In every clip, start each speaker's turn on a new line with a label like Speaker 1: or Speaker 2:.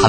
Speaker 1: 他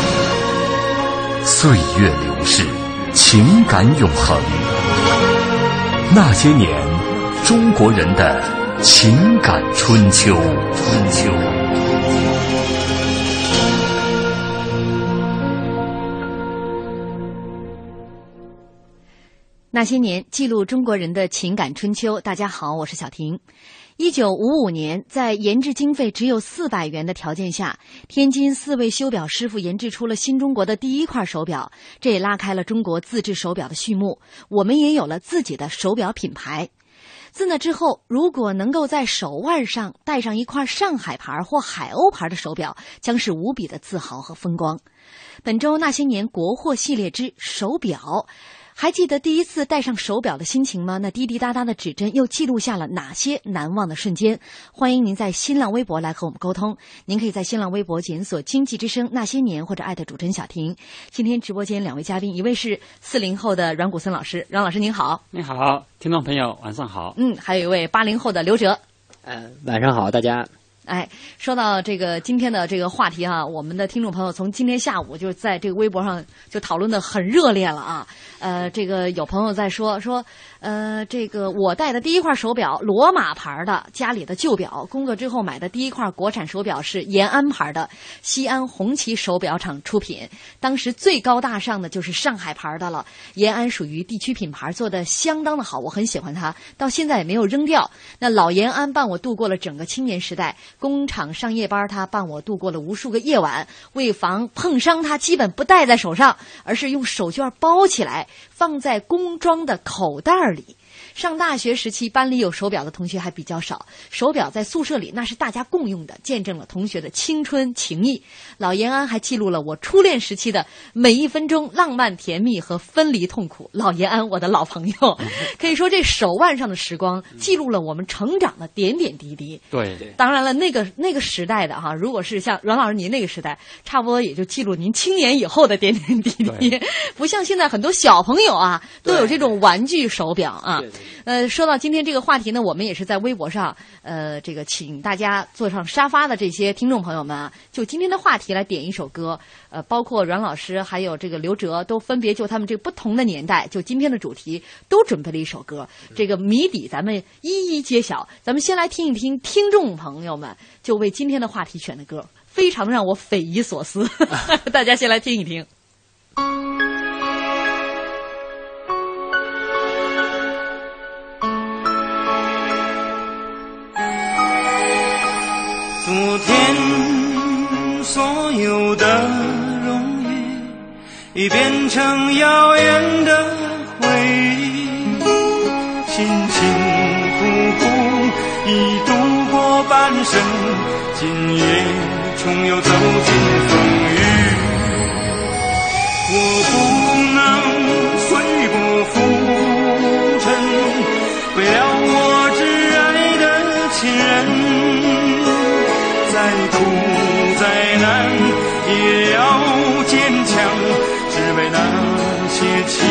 Speaker 1: 岁月流逝，情感永恒。那些年，中国人的情感春秋。春秋。
Speaker 2: 那些年，记录中国人的情感春秋。大家好，我是小婷。一九五五年，在研制经费只有四百元的条件下，天津四位修表师傅研制出了新中国的第一块手表，这也拉开了中国自制手表的序幕。我们也有了自己的手表品牌。自那之后，如果能够在手腕上戴上一块上海牌或海鸥牌的手表，将是无比的自豪和风光。本周那些年国货系列之手表。还记得第一次戴上手表的心情吗？那滴滴答答的指针又记录下了哪些难忘的瞬间？欢迎您在新浪微博来和我们沟通。您可以在新浪微博检索“经济之声那些年”或者艾特主持人小婷。今天直播间两位嘉宾，一位是四零后的阮谷森老师，阮老师您好，
Speaker 3: 你好，听众朋友晚上好。
Speaker 2: 嗯，还有一位八零后的刘哲，
Speaker 4: 嗯、呃，晚上好，大家。
Speaker 2: 哎，说到这个今天的这个话题啊，我们的听众朋友从今天下午就在这个微博上就讨论的很热烈了啊。呃，这个有朋友在说说，呃，这个我戴的第一块手表罗马牌的，家里的旧表，工作之后买的第一块国产手表是延安牌的，西安红旗手表厂出品，当时最高大上的就是上海牌的了。延安属于地区品牌，做的相当的好，我很喜欢它，到现在也没有扔掉。那老延安伴我度过了整个青年时代。工厂上夜班，他伴我度过了无数个夜晚。为防碰伤，他基本不戴在手上，而是用手绢包起来，放在工装的口袋里。上大学时期，班里有手表的同学还比较少，手表在宿舍里那是大家共用的，见证了同学的青春情谊。老延安还记录了我初恋时期的每一分钟浪漫、甜蜜和分离痛苦。老延安，我的老朋友，可以说这手腕上的时光记录了我们成长的点点滴滴。
Speaker 3: 对，对
Speaker 2: 当然了，那个那个时代的哈、啊，如果是像阮老师您那个时代，差不多也就记录您青年以后的点点滴滴，不像现在很多小朋友啊都有这种玩具手表啊。呃，说到今天这个话题呢，我们也是在微博上，呃，这个请大家坐上沙发的这些听众朋友们啊，就今天的话题来点一首歌，呃，包括阮老师还有这个刘哲都分别就他们这不同的年代，就今天的主题都准备了一首歌，这个谜底咱们一一揭晓。咱们先来听一听听众朋友们就为今天的话题选的歌，非常让我匪夷所思， 大家先来听一听。
Speaker 5: 昨天所有的荣誉已变成遥远的回忆，辛辛苦苦已度过半生，今夜重又走进风雨。我不能随波浮沉，为了我挚爱的亲人。再苦再难，也要坚强，只为那。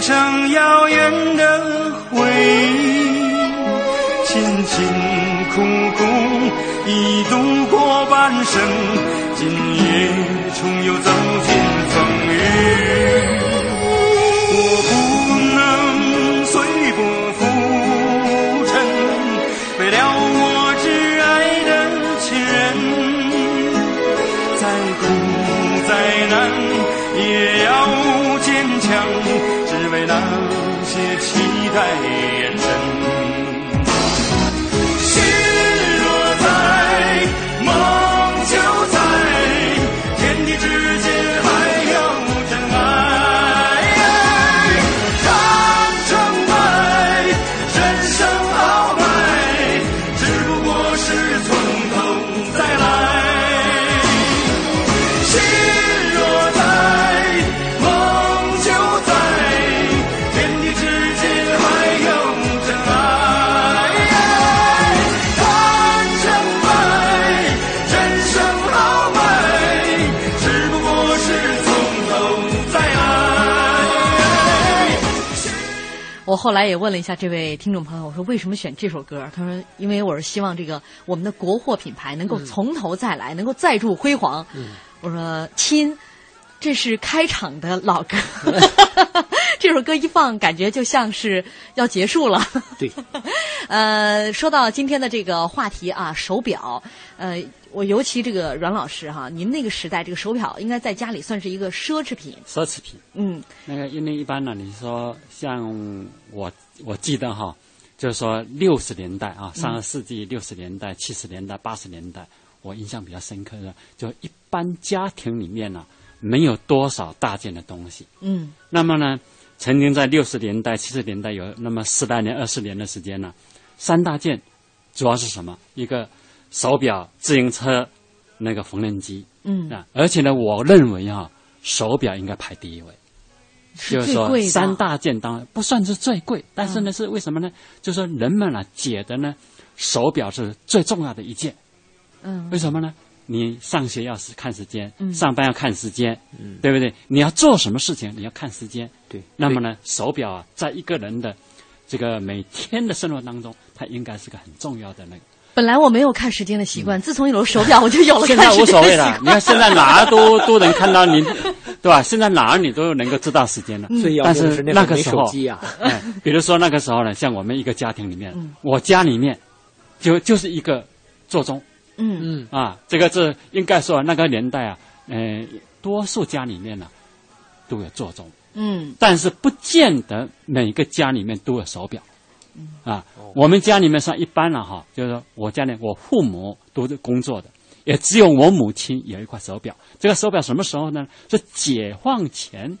Speaker 5: 成遥远的回忆，辛辛苦苦已度过半生，今夜重又走进风雨。我不能随波浮沉，为了我挚爱的亲人，再苦再难也要坚强，只为那些期待眼神。失落在，梦就在，天地之间还有真爱。看成败，人生鳌拜，只不过是从头再来。心若在，梦就在，天地之间还有真爱。看成败，人生豪迈，只不过是从头再来。
Speaker 2: 我后来也问了一下这位听众朋友，我说为什么选这首歌？他说，因为我是希望这个我们的国货品牌能够
Speaker 3: 嗯
Speaker 2: 从头再来，能够再铸辉煌。我说亲，这是开场的老 歌，这首歌一放，感觉就像是要结束了。
Speaker 4: 对，
Speaker 2: 呃，说到今天的这个话题啊，手表，呃，我尤其这个阮老师哈，您那个时代这个手表应该在家里算是一个奢侈品。
Speaker 3: 奢侈品。
Speaker 2: 嗯，
Speaker 3: 那个因为一般呢，你说像我我记得哈，就是说六十年代啊，
Speaker 2: 嗯
Speaker 3: 上个世纪六十年代、七十年代、八十年代，我印象比较深刻的，就一般家庭里面呢、啊没有多少大件的东西。
Speaker 2: 嗯
Speaker 3: 那么呢，曾经在六十年代、七十年代有那么十来年、二十年的时间呢，三大件主要是什么？一个手表、自行车、那个缝纫机。
Speaker 2: 嗯
Speaker 3: 啊，而且呢，我认为啊，手表应该排第一位，
Speaker 2: 是
Speaker 3: 就是
Speaker 2: 最
Speaker 3: 说
Speaker 2: 贵的嗯
Speaker 3: 三大件当然不算是最贵，但是呢是为什么呢？就是说人们啊觉得呢，手表是最重要的一件，
Speaker 2: 嗯
Speaker 3: 为什么呢？你上学要是看时间，
Speaker 2: 嗯
Speaker 3: 上班要看时间，
Speaker 4: 嗯
Speaker 3: 对不对？你要做什么事情，你要看时间。
Speaker 4: 对
Speaker 3: 那么呢，手表啊，在一个人的这个每天的生活当中，它应该是个很重要的那个。
Speaker 2: 本来我没有看时间的习惯，自从有了手表，我就有了看
Speaker 3: 嗯现
Speaker 2: 时间的习
Speaker 3: 在无
Speaker 2: 惯。
Speaker 3: 所谓了，你看现在哪儿都都能看到你，对吧？现在哪儿你都能够知道时间了。
Speaker 4: 最嗯要
Speaker 3: 但
Speaker 4: 命的
Speaker 3: 是
Speaker 4: 是那
Speaker 3: 那
Speaker 4: 会
Speaker 3: 个
Speaker 4: 没
Speaker 3: 时
Speaker 4: 手
Speaker 3: 候，
Speaker 4: 机啊
Speaker 3: 哎，比如说那个时候呢，像我们一个家庭里面，
Speaker 4: 嗯
Speaker 3: 我家里面就就是一个座钟
Speaker 2: 嗯
Speaker 4: 嗯
Speaker 3: 啊，这个是应该说那个年代啊，呃，多数家里面呢、都有座钟。
Speaker 2: 嗯
Speaker 3: 但是不见得每个家里面都有手表。啊，我们家里面算一般了哈，就是说我家里我父母都是工作的，也只有我母亲有一块手表。这个手表什么时候呢？是解放前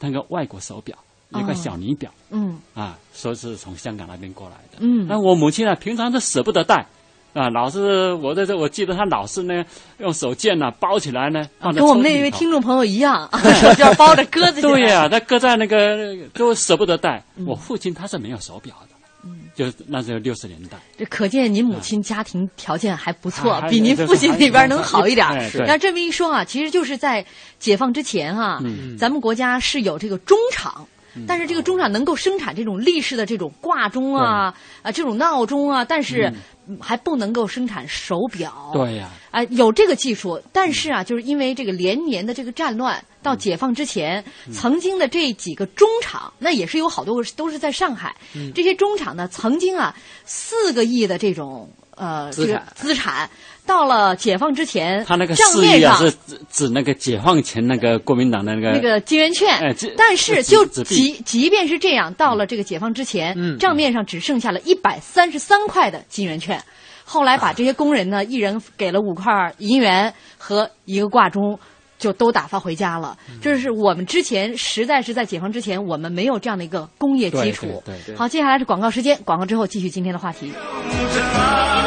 Speaker 3: 那个外国手表，
Speaker 2: 哦
Speaker 3: 一块小泥表、
Speaker 2: 嗯
Speaker 3: 啊，说是从香港那边过来的。
Speaker 2: 嗯
Speaker 3: 那我母亲呢，平常都舍不得戴。啊，老是我在这，我记得她老是呢用手绢呢、包起来呢，放在
Speaker 2: 跟我们
Speaker 3: 抽屉
Speaker 2: 那
Speaker 3: 里
Speaker 2: 位
Speaker 3: 头
Speaker 2: 听众朋友一 样，手绢包着鸽子。
Speaker 3: 对呀、，他搁在那个都舍不得戴。我父亲他是没有手表的，
Speaker 2: 嗯
Speaker 3: 就是那时候六十年代。
Speaker 2: 这可见您母亲家庭条件还不错，
Speaker 3: 哎还
Speaker 2: 比您父亲那边能好一点。
Speaker 3: 还还哎对
Speaker 2: 要这么一说啊，其实就是在解放之前哈、
Speaker 3: 嗯
Speaker 2: 咱们国家是有这个钟厂。但是这个钟厂能够生产这种立式的这种挂钟啊啊这种闹钟啊，但是还不能够生产手表。
Speaker 3: 嗯对呀、
Speaker 2: 啊、有这个技术，但是啊，就是因为这个连年的这个战乱，
Speaker 3: 嗯
Speaker 2: 到解放之前，曾经的这几个中厂，那也是有好多个是都是在上海，
Speaker 4: 嗯
Speaker 2: 这些中厂呢，曾经啊，四个亿的这种呃
Speaker 4: 资
Speaker 2: 这
Speaker 4: 产
Speaker 2: 个资产，到了解放之前，
Speaker 3: 他那个
Speaker 2: 账
Speaker 3: 事
Speaker 2: 面
Speaker 3: 业啊
Speaker 2: 上
Speaker 3: 是指指那个解放前那个国民党的那个
Speaker 2: 那个金圆券，
Speaker 3: 哎这
Speaker 2: 但是就
Speaker 3: 这纸纸
Speaker 2: 即即便是这样，到了这个解放之前，
Speaker 3: 嗯
Speaker 2: 账面上只剩下了一百三十三块的金圆券。后来把这些工人
Speaker 3: 啊
Speaker 2: 呢，一人给了五块银元和一个挂钟，就都打发回家了。
Speaker 3: 嗯
Speaker 2: 这是我们之前实在是在解放之前，我们没有这样的一个工业基础。
Speaker 3: 对对对对
Speaker 2: 好，接下来是广告时间，广告之后继续今天的话题。
Speaker 6: 您本在中央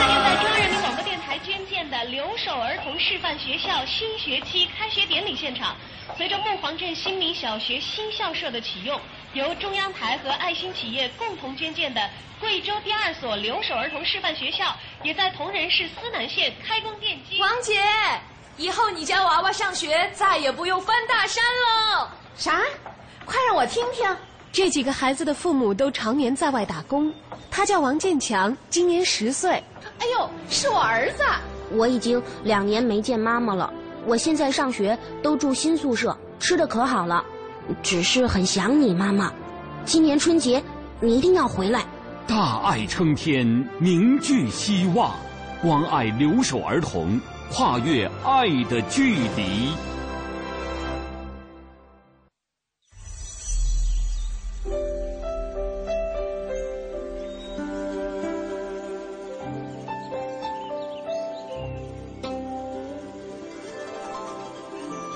Speaker 6: 人民广播电台捐建的留守儿童示范学校新学期开学典礼现场，随着木黄镇新民小学新校舍的启用，由中央台和爱心企业共同捐建的贵州第二所留守儿童示范学校，也在铜仁市思南县开工奠基。
Speaker 7: 王姐，以后你家娃娃上学再也不用翻大山喽。啥？快让我听听。
Speaker 6: 这几个孩子的父母都常年在外打工。他叫王建强，今年十岁。哎呦，是我儿子！
Speaker 8: 我已经两年没见妈妈了。我现在上学都住新宿舍，吃的可好了，只是很想你妈妈。今年春节你一定要回来。
Speaker 9: 大爱撑天，凝聚希望，关爱留守儿童，跨越爱的距离。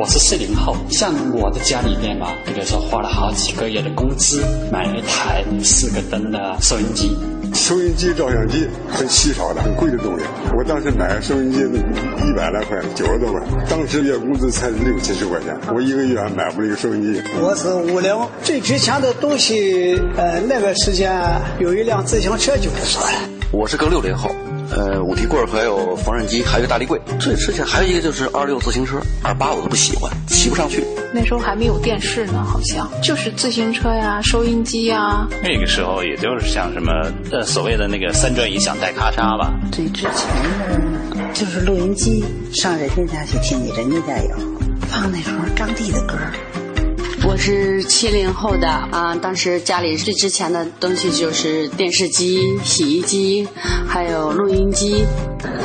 Speaker 10: 我是四零后，像我的家里面吧，比如说花了好几个月的工资买了一台四个灯的收音机。
Speaker 11: 收音机、照相机很稀少的、很贵的东西。我当时买收音机一百来块，九十多块，当时月工资才六七十块钱，我一个月还买不了一个收音机。
Speaker 12: 我是五零，最值钱的东西，呃，那个时间啊有一辆自行车就不错了。
Speaker 13: 我是个六零后。呃，五提棍还有缝纫机，还有一个大立柜。最之前还有一个就是二六自行车，二八我都不喜欢，骑不上去。
Speaker 14: 那时候还没有电视呢，好像就是自行车呀、收音机呀。
Speaker 15: 那个时候也就是像什么呃所谓的那个三转一响带咔嚓吧。
Speaker 16: 最之前的就是录音机，上人家家去听去，人家家有放那时候张帝的歌。
Speaker 17: 我是七零后的啊，当时家里最值钱的东西就是电视机、洗衣机，还有录音机。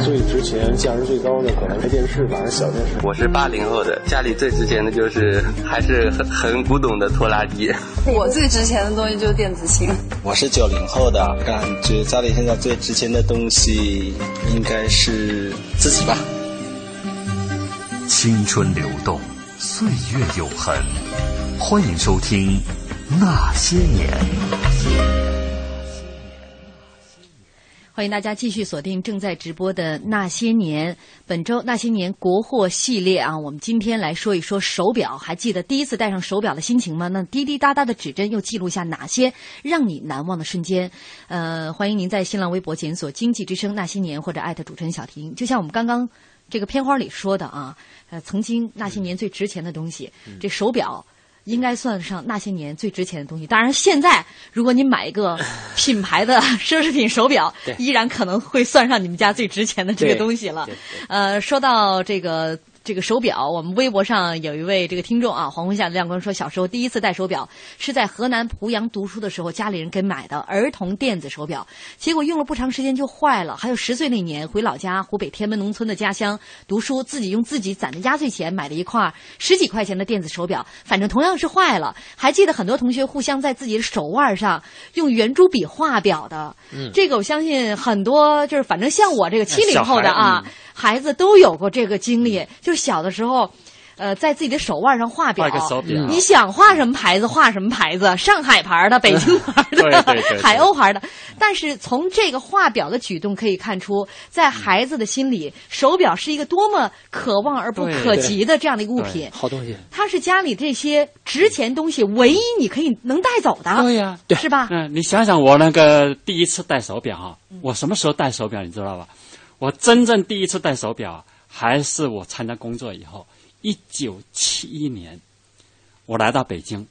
Speaker 18: 最值钱、价值最高的可能是电视吧，小电视。
Speaker 19: 我是八零后的，家里最值钱的就是还是很很古董的拖拉机。
Speaker 20: 我最值钱的东西就是电子琴。
Speaker 21: 我是九零后的，感觉家里现在最值钱的东西应该是自己吧。
Speaker 1: 青春流动，岁月有痕。欢迎收听《那些年》。
Speaker 2: 欢迎大家继续锁定正在直播的《那些年》，本周《那些年》国货系列啊，我们今天来说一说手表。还记得第一次戴上手表的心情吗？那滴滴答答的指针又记录下哪些让你难忘的瞬间？呃，欢迎您在新浪微博检索“经济之声那些年”或者艾特主持人小婷。就像我们刚刚这个片花里说的啊，呃，曾经那些年最值钱的东西，嗯、这手表。应该算上那些年最值钱的东西。当然，现在如果你买一个品牌的奢侈品手表，依然可能会算上你们家最值钱的这个东西了。呃，说到这个这个手表，我们微博上有一位这个听众啊，黄昏下的亮光说，小时候第一次戴手表是在河南濮阳读书的时候，家里人给买的儿童电子手表，结果用了不长时间就坏了。还有十岁那年回老家湖北天门农村的家乡读书，自己用自己攒的压岁钱买了一块十几块钱的电子手表，反正同样。是坏了，还记得很多同学互相在自己的手腕上用圆珠笔画表的，嗯、这个我相信很多就是反正像我这个七零后的啊、嗯、孩子都有过这个经历，嗯、就是小的时候，呃，在自己的手腕上画表，
Speaker 3: 画个手表
Speaker 2: 你想画什么牌子画什么牌子，上海牌的、北京牌的、
Speaker 3: 对对对
Speaker 2: 海鸥牌的，但是从这个画表的举动可以看出，在孩子的心里，手表是一个多么可望而不可及的这样的一个物品，
Speaker 4: 好东西，
Speaker 2: 它是家里这些。值钱东西唯一你可以能带走的，
Speaker 3: 对呀、啊，对，
Speaker 2: 是吧？
Speaker 3: 嗯，你想想我那个第一次戴手表啊，我什么时候戴手表你知道吧？我真正第一次戴手表、啊、还是我参加工作以后，一九七一年，我来到北京，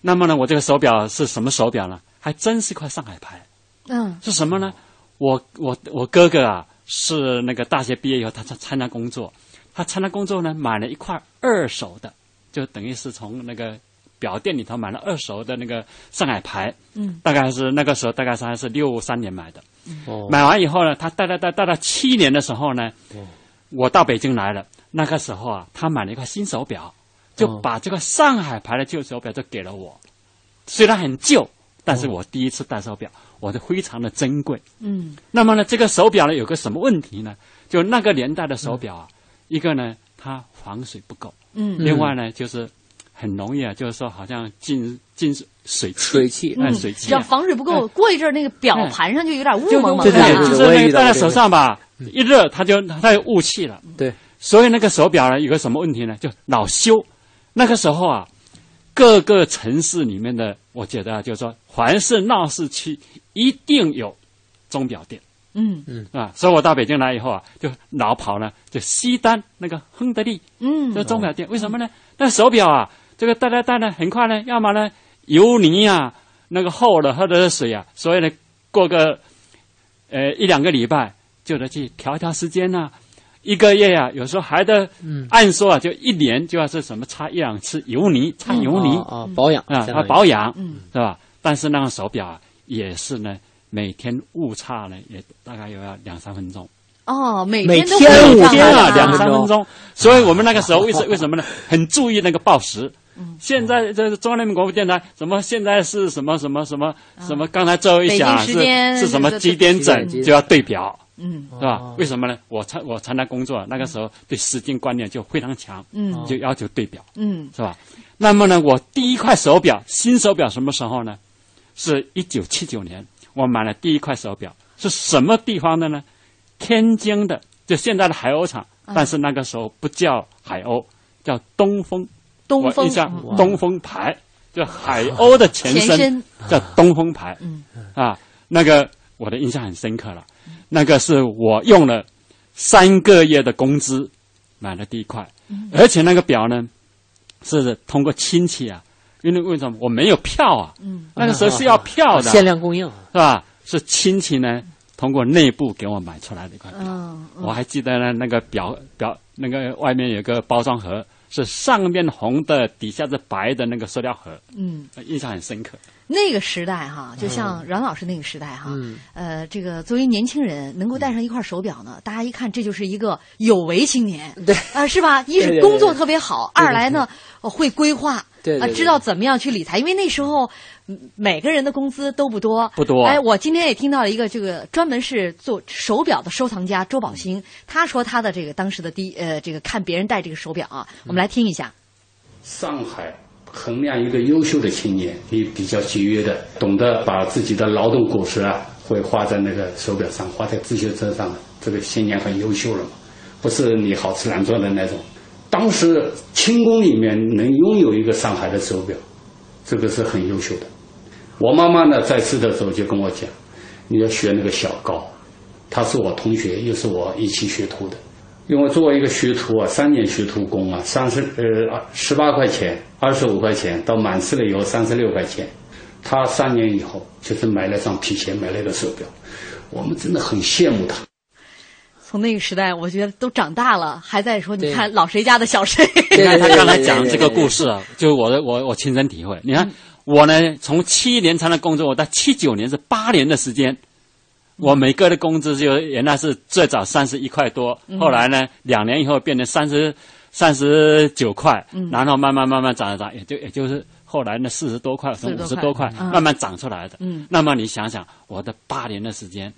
Speaker 3: 那么呢，我这个手表是什么手表呢？还真是块上海牌，
Speaker 2: 嗯，
Speaker 3: 是什么呢？我我我哥哥啊，是那个大学毕业以后，他参参加工作，他参加工作呢，买了一块二手的。就等于是从那个表店里头买了二手的那个上海牌，
Speaker 2: 嗯，
Speaker 3: 大概是那个时候大概是还是六三年买的，哦、嗯，买完以后呢，他戴戴戴戴到七年的时候呢，嗯、我到北京来了，那个时候啊，他买了一块新手表，就把这个上海牌的旧手表就给了我，虽然很旧，但是我第一次戴手表，我就非常的珍贵，
Speaker 2: 嗯，
Speaker 3: 那么呢，这个手表呢有个什么问题呢？就那个年代的手表啊，嗯、一个呢它防水不够。
Speaker 2: 嗯，
Speaker 3: 另外呢，就是很容易啊，就是说好像进进水汽，
Speaker 4: 水汽，
Speaker 3: 嗯，水汽，
Speaker 2: 只要防水不够，过一阵那个表盘上就有点雾蒙蒙
Speaker 4: 的，对对
Speaker 3: 就是那个戴在手上吧，一热它就它有雾气了。
Speaker 4: 对，
Speaker 3: 所以那个手表呢有个什么问题呢？就老修。那个时候啊，各个城市里面的，我觉得啊，就是说，凡是闹市区一定有。钟表店。
Speaker 2: 嗯嗯
Speaker 3: 啊，所以我到北京来以后啊，就老跑呢，就西单那个亨得利，
Speaker 2: 嗯，
Speaker 3: 这钟表店，为什么呢？那手表啊，这个戴戴戴呢，很快呢，要么呢油泥啊，那个厚了喝的水啊，所以呢，过个呃一两个礼拜就得去调调时间呐、啊一个月呀、有时候还得，
Speaker 4: 嗯
Speaker 3: 按说啊，就一年就要是什么擦一两次油泥，擦油泥
Speaker 4: 哦哦保养
Speaker 3: 啊，
Speaker 4: 相
Speaker 3: 它
Speaker 4: 当于
Speaker 3: 保养，
Speaker 4: 嗯
Speaker 3: 是吧？但是那个手表啊，也是呢，每天误差呢也大概有要两三分钟，
Speaker 2: 哦，每
Speaker 3: 每
Speaker 2: 天都
Speaker 3: 天
Speaker 2: 会
Speaker 3: 五
Speaker 2: 上
Speaker 3: 天
Speaker 2: 班
Speaker 3: 啊，
Speaker 2: 啊
Speaker 3: 两三分钟。所以我们那个时候为什为什么呢？很注意那个报时。现在这是中央人民广播电台，什么现在是什么什么什么什么？刚才最后一响
Speaker 2: 啊北京
Speaker 3: 是
Speaker 2: 时间
Speaker 3: 是什么
Speaker 2: 这
Speaker 3: 几点整
Speaker 2: 这这
Speaker 3: 就要对表，
Speaker 2: 嗯
Speaker 3: 是吧？为什么呢？我参我参加工作，那个时候对时间观念就非常强，
Speaker 2: 嗯
Speaker 3: 就要求对表，
Speaker 2: 嗯
Speaker 3: 是吧？那么呢，我第一块手表，新手表什么时候呢？是一九七九年，我买了第一块手表，是什么地方的呢？天津的，就现在的海鸥厂，
Speaker 2: 嗯
Speaker 3: 但是那个时候不叫海鸥，叫东风。
Speaker 2: 东
Speaker 3: 我
Speaker 2: 风
Speaker 3: 印象
Speaker 2: 嗯
Speaker 3: 东风牌，就海鸥的前
Speaker 2: 前
Speaker 3: 身
Speaker 2: 身
Speaker 3: 叫东风牌。
Speaker 2: 嗯
Speaker 3: 啊，那个我的印象很深刻了，那个是我用了三个月的工资买了第一块，
Speaker 22: 嗯
Speaker 3: 而且那个表呢是通过亲戚啊，因为为什么我没有票啊？
Speaker 22: 嗯
Speaker 3: 那个时候是要票的，
Speaker 22: 啊限量供应
Speaker 3: 是吧？是亲戚呢通过内部给我买出来的一块表。
Speaker 22: 嗯
Speaker 3: 我还记得呢，那个表表那个外面有个包装盒，是上面红的，底下是白的那个塑料盒，
Speaker 2: 嗯，
Speaker 3: 印象很深刻。
Speaker 2: 那个时代
Speaker 4: 嗯
Speaker 2: 哈，就像阮老师那个时代哈，
Speaker 3: 嗯
Speaker 2: 呃，这个作为年轻人能够戴上一块手表呢，大家一看这就是一个有为青年，
Speaker 4: 嗯对
Speaker 2: 啊、是吧？一
Speaker 4: 对
Speaker 2: 是
Speaker 4: 对
Speaker 2: 工作
Speaker 4: 对
Speaker 2: 特别好，
Speaker 4: 对对
Speaker 2: 二来呢呃会规划，
Speaker 4: 对对
Speaker 2: 啊
Speaker 4: 对
Speaker 2: 知道怎么样去理财，因为那时候嗯每个人的工资都不多，
Speaker 3: 不多
Speaker 2: 哎，我今天也听到了一个这个专门是做手表的收藏家周宝兴，
Speaker 4: 嗯
Speaker 2: 他说他的这个当时的第一呃这个看别人戴这个手表啊，
Speaker 4: 嗯
Speaker 2: 我们来听一下，
Speaker 23: 上海衡量一个优秀的青年，你比较节约的，懂得把自己的劳动果实啊，会花在那个手表上，花在自行车上的，这个青年很优秀了嘛，不是你好吃懒做的那种。当时清宫里面能拥有一个上海的手表，这个是很优秀的。我妈妈呢，在世的时候就跟我讲，你要学那个小高，他是我同学，又是我一起学徒的。因为作为一个学徒啊，三年学徒工啊，三十呃十八块钱、二十五块钱，到满四了以后三十六块钱，他三年以后哦就是买了双皮鞋，买了一个手表，我们真的很羡慕他。
Speaker 2: 从那个时代我觉得都长大了，还在说你
Speaker 3: 对
Speaker 2: 看老谁家的小谁，
Speaker 3: 你看他刚才讲这个故事啊，就是我的我我亲身体会。你看我呢，从七年参加工作，我到七九年是八年的时间，我每个月的工资就原来是最早三十一块多
Speaker 22: 嗯，
Speaker 3: 后来呢两年以后变成三十三十九块
Speaker 22: 嗯，
Speaker 3: 然后慢慢慢慢涨涨，也就也就是后来呢四十多块，从五
Speaker 22: 40
Speaker 3: 十
Speaker 22: 多
Speaker 3: 多
Speaker 22: 块
Speaker 3: 块
Speaker 22: 嗯
Speaker 3: 慢慢涨出来的。
Speaker 2: 嗯
Speaker 3: 那么你想想，我的八年的时间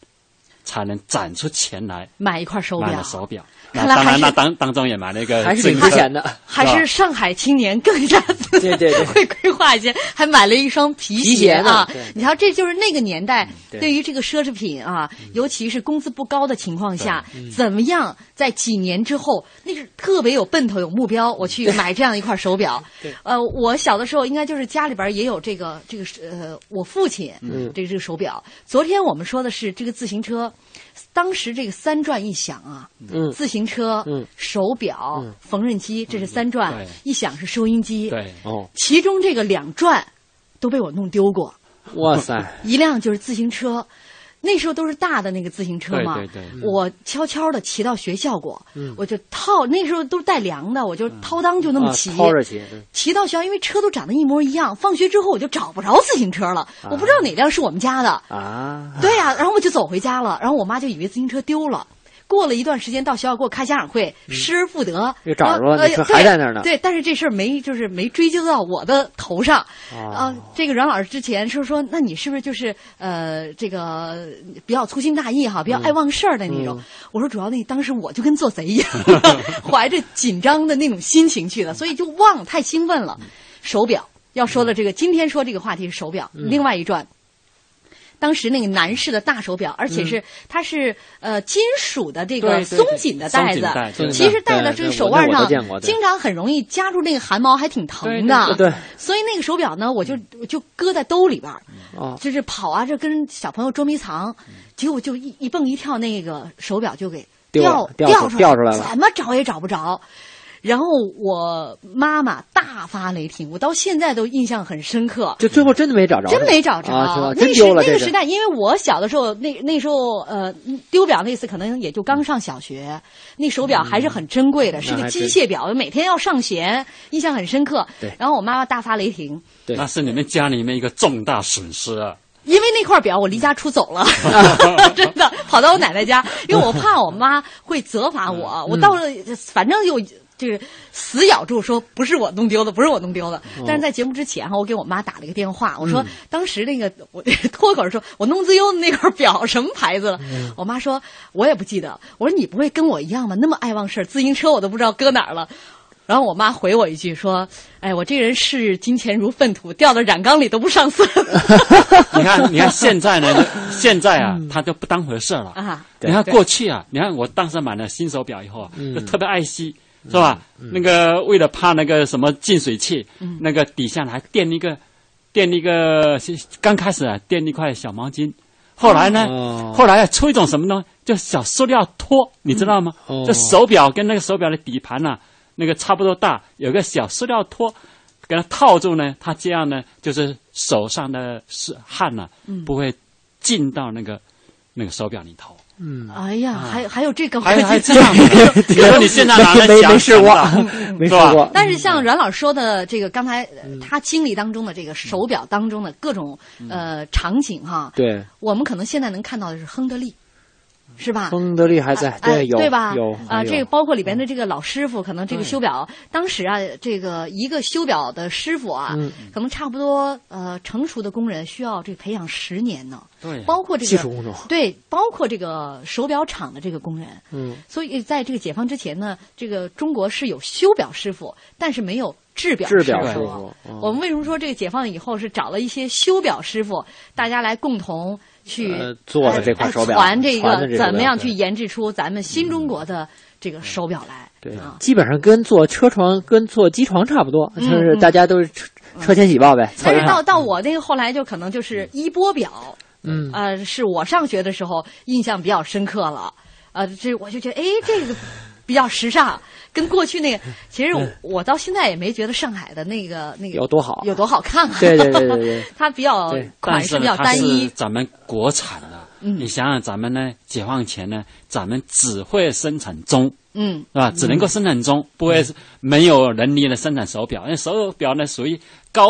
Speaker 3: 才能攒出钱来
Speaker 2: 买一块手
Speaker 3: 买
Speaker 2: 表
Speaker 3: 了，手表。
Speaker 2: 看
Speaker 3: 那
Speaker 2: 来
Speaker 3: 当
Speaker 2: 还
Speaker 3: 然，
Speaker 2: 是
Speaker 3: 那当当中也买了一个
Speaker 4: 还是
Speaker 3: 自
Speaker 4: 挺
Speaker 3: 行
Speaker 4: 花
Speaker 3: 车
Speaker 4: 钱的
Speaker 2: 还
Speaker 3: 吧
Speaker 2: 是上海青年更加
Speaker 4: 对对对，
Speaker 2: 会规划一些，还买了一双皮
Speaker 4: 皮鞋呢
Speaker 2: 啊
Speaker 4: 对对！
Speaker 2: 你瞧，这就是那个年代
Speaker 4: 对嗯
Speaker 2: 对于这个奢侈品啊，尤其是工资不高的情况下
Speaker 4: 对，嗯
Speaker 2: 怎么样在几年之后，那是特别有奔头、有目标，我去买这样一块手表
Speaker 4: 对。
Speaker 2: 呃，我小的时候应该就是家里边也有这个这个是呃，我父亲
Speaker 4: 嗯
Speaker 2: 这个这个手表。昨天我们说的是这个自行车，当时这个三转一响啊，
Speaker 4: 嗯
Speaker 2: 自行车、
Speaker 4: 嗯
Speaker 2: 手表、
Speaker 4: 嗯
Speaker 2: 缝纫机，这是三转，
Speaker 4: 对
Speaker 2: 一响是收音机。
Speaker 4: 对哦
Speaker 2: 其中这个两转都被我弄丢过，
Speaker 4: 哇塞，
Speaker 2: 一辆就是自行车。那时候 都是大的那个自行车嘛，
Speaker 4: 对对对嗯
Speaker 2: 我悄悄的骑到学校过，
Speaker 4: 嗯
Speaker 2: 我就套那时候都是带凉的，我就掏裆就那么骑，
Speaker 4: 啊掏着骑，嗯
Speaker 2: 骑到学校，因为车都长得一模一样。放学之后我就找不着自行车了，我不知道哪辆是我们家的。
Speaker 4: 啊，
Speaker 2: 对呀、然后我就走回家了，然后我妈就以为自行车丢了。过了一段时间，到学校给我开家长会，失而复得，
Speaker 4: 嗯又找着了
Speaker 2: 呃
Speaker 4: 那车
Speaker 2: 对
Speaker 4: 还在那儿呢
Speaker 2: 对，但是这事儿没就是没追究到我的头上。
Speaker 4: 哦
Speaker 2: 啊，这个阮老师之前是说，那你是不是就是呃这个比较粗心大意哈，比较爱忘事儿的那种？
Speaker 4: 嗯
Speaker 2: 我说主要那当时我就跟做贼一 样，怀着紧张的那种心情去的，所以就忘了，太兴
Speaker 4: 嗯
Speaker 2: 奋了。手表要说的这个，今天说这个话题是手表，
Speaker 4: 嗯
Speaker 2: 另外一转当时那个男士的大手表，而且是、它是呃金属的这个
Speaker 4: 对对
Speaker 2: 松紧的带
Speaker 4: 松紧
Speaker 2: 子
Speaker 4: 带，对
Speaker 2: 其实
Speaker 4: 对
Speaker 2: 戴了
Speaker 4: 对
Speaker 2: 这个
Speaker 4: 对
Speaker 2: 手
Speaker 4: 我
Speaker 2: 腕
Speaker 4: 我都
Speaker 2: 上
Speaker 4: 见过对
Speaker 2: 经常很容易夹住那个汗毛，还挺疼的。
Speaker 4: 对对对对
Speaker 2: 所以那个手表呢，我就我就搁在兜里边儿，
Speaker 4: 哦，
Speaker 2: 就是跑啊，这跟小朋友捉迷藏，结果就一一蹦一跳，那个手表就给
Speaker 4: 丢
Speaker 2: 掉
Speaker 4: 了掉
Speaker 2: 出
Speaker 4: 出
Speaker 2: 来
Speaker 4: 掉出来了
Speaker 2: 怎么找也找不着。然后我妈妈大发雷霆，我到现在都印象很深刻。
Speaker 4: 就最后真的没找着，
Speaker 2: 真没找着，
Speaker 4: 啊是吧？
Speaker 2: 那
Speaker 4: 真
Speaker 2: 时
Speaker 4: 丢了
Speaker 2: 那
Speaker 4: 这
Speaker 2: 个时代，因为我小的时候，那那时候呃丢表那次可能也就刚上小学，那手表还是很珍贵
Speaker 4: 嗯
Speaker 2: 的，是
Speaker 3: 那
Speaker 2: 个
Speaker 3: 还
Speaker 2: 机
Speaker 3: 真
Speaker 2: 械表，每天要上学，印象很深刻。
Speaker 3: 对
Speaker 2: 然后我妈妈大发雷霆，
Speaker 3: 对，那是你们家里面一个重大损失 啊！
Speaker 2: 因为那块表我离家出走 了，真的跑到我奶奶家，因为我怕我妈会责罚我。
Speaker 22: 嗯
Speaker 2: 我到了，反正又就是死咬住说不是我弄丢的，不是我弄丢的。但是在节目之前哈，我给我妈打了一个电话，我说
Speaker 22: 哦嗯
Speaker 2: 当时那个我 脱口而出我弄丢的那块表什么牌子了
Speaker 22: 嗯？
Speaker 2: 我妈说我也不记得。我说你不会跟我一样吧？那么爱忘事儿，自行车我都不知道搁哪儿了。然后我妈回我一句说：“哎，我这人视金钱如粪土，掉到染缸里都不上色。”
Speaker 3: 你看，你看现在呢，现在啊，他就不当回事了
Speaker 2: 嗯啊
Speaker 3: 你看
Speaker 2: 对
Speaker 3: 过去啊，你看我当时买了新手表以后啊，
Speaker 4: 嗯
Speaker 3: 就特别爱惜，是吧？那个为了怕那个什么进水器，
Speaker 4: 嗯
Speaker 3: 那个底下还垫一个垫一个，刚开始啊垫一块小毛巾，后来呢，
Speaker 4: 哦
Speaker 3: 后来啊出一种什么东西，叫小塑料托，你知道吗？
Speaker 4: 嗯哦
Speaker 3: 这手表跟那个手表的底盘呢、啊那个差不多大，有个小塑料托。给它套住呢，它这样呢，就是手上的是汗呢、
Speaker 2: 嗯
Speaker 3: 不会进到那个那个手表里头。
Speaker 4: 嗯，
Speaker 2: 哎呀，还还有这个，
Speaker 3: 还
Speaker 2: 我
Speaker 3: 还
Speaker 2: 就，
Speaker 3: 这样的你说你现在拿来
Speaker 4: 没
Speaker 3: 想
Speaker 4: 没试过
Speaker 3: 想 的
Speaker 4: 嗯没
Speaker 3: 是
Speaker 4: 试
Speaker 3: 吧
Speaker 4: 过
Speaker 2: 但是像阮老师说的，这个刚才呃他经历当中的这个
Speaker 4: 嗯
Speaker 2: 手表当中的各种呃场景哈，
Speaker 4: 对，
Speaker 2: 我们可能现在能看到的是亨德利，是吧？
Speaker 4: 嗯亨德利还在，
Speaker 2: 哎，
Speaker 4: 有
Speaker 2: 对吧？
Speaker 4: 有
Speaker 2: 啊，
Speaker 4: 还
Speaker 2: 这
Speaker 4: 有嗯
Speaker 2: 个包括里边的这个老师傅，可能这个
Speaker 4: 对
Speaker 2: 修表，当时啊，这个一个修表的师傅啊
Speaker 4: 嗯，
Speaker 2: 可能差不多呃，成熟的工人需要这个培养十年呢。
Speaker 4: 对
Speaker 2: 包括这个
Speaker 4: 基础工种
Speaker 2: 对，包括这个手表厂的这个工人，
Speaker 4: 嗯，
Speaker 2: 所以在这个解放之前呢，这个中国是有修表师傅，但是没有制表
Speaker 4: 制
Speaker 2: 师
Speaker 4: 表
Speaker 2: 傅。
Speaker 4: 师傅嗯
Speaker 2: 我们为什么说这个解放以后是找了一些修表师傅，大家来共同去、
Speaker 4: 呃做的这款手表
Speaker 2: 传这个
Speaker 4: 传的这手表嗯
Speaker 2: 怎么样去研制出咱们新中国的这个手表来？啊
Speaker 4: 对，基本上跟坐车床、跟坐机床差不多，就
Speaker 2: 嗯
Speaker 4: 是大家都是车车前喜报呗。
Speaker 2: 但是
Speaker 4: 凑
Speaker 2: 到
Speaker 4: 上
Speaker 2: 到我那个后来就可能就是衣钵表，
Speaker 4: 嗯
Speaker 2: 呃，是我上学的时候印象比较深刻了。呃，这我就觉得，哎，这 个比较时尚，跟过去那
Speaker 4: 嗯
Speaker 2: 个，其实我,、我到现在也没觉得上海的那个那个
Speaker 3: 有多好
Speaker 2: 有多好看啊。
Speaker 3: 对对对对对
Speaker 2: 它比较款
Speaker 3: 但
Speaker 2: 式
Speaker 3: 是
Speaker 2: 比较
Speaker 3: 呢它
Speaker 2: 单
Speaker 3: 是
Speaker 2: 一。
Speaker 3: 咱们国产的，
Speaker 2: 嗯
Speaker 3: 你想想，咱们呢，解放前呢，咱们只会生产钟，
Speaker 2: 嗯，
Speaker 3: 是吧？只能够生产钟，不会没有能力的生产手表，因为手表呢属于高。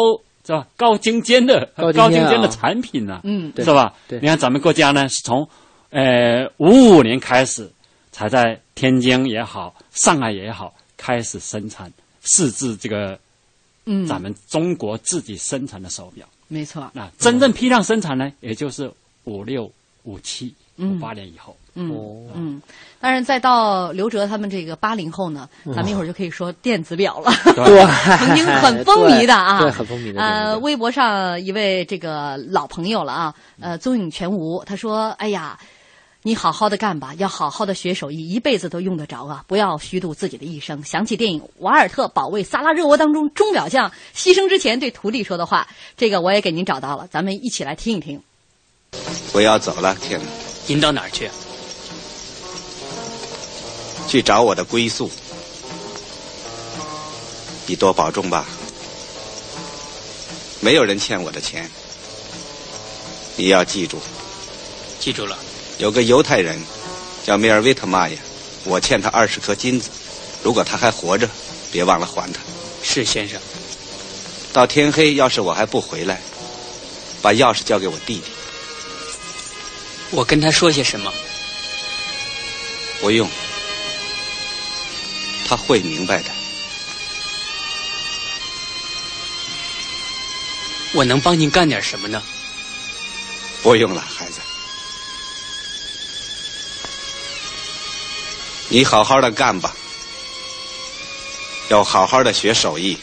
Speaker 3: 是吧？高精尖的
Speaker 4: 高精尖啊
Speaker 3: 高精尖的产品呢、
Speaker 4: 嗯对
Speaker 3: 是吧？
Speaker 4: 对
Speaker 3: 你看咱们国家呢，是从呃五五年开始，才在天津也好，上海也好，开始生产试制这个
Speaker 2: 嗯，
Speaker 3: 咱们中国自己生产的手表。
Speaker 2: 没错。
Speaker 3: 那真正批量生产呢，也就是五六、五七、
Speaker 2: 嗯
Speaker 3: 五八年以后。
Speaker 2: 嗯嗯，当然再到刘哲他们这个八零后呢，咱们一会儿就可以说电子表了，
Speaker 4: 嗯 对
Speaker 2: 曾经很风靡的啊，
Speaker 4: 对对很风靡的
Speaker 2: 呃，微博上一位这个老朋友了啊，
Speaker 4: 嗯
Speaker 2: 呃，踪影全无，他说：“哎呀，你好好的干吧，要好好的学手艺，一辈子都用得着啊！不要虚度自己的一生。”想起电影《瓦尔特保卫萨拉热窝》当中钟表匠牺牲之前对徒弟说的话，这个我也给您找到了，咱们一起来听一听。
Speaker 24: 我要走了，天哪！
Speaker 25: 您到哪儿去？
Speaker 24: 去找我的归宿。你多保重吧，没有人欠我的钱。你要记住，
Speaker 25: 记住了，
Speaker 24: 有个犹太人叫米尔维特玛耶，我欠他二十颗金子，如果他还活着，别忘了还他。
Speaker 25: 是先生。
Speaker 24: 到天黑，要是我还不回来，把钥匙交给我弟弟。
Speaker 25: 我跟他说些什么？
Speaker 24: 不用，他会明白的。
Speaker 25: 我能帮您干点什么呢？
Speaker 24: 不用了，孩子，你好好的干吧，要好好的学手艺，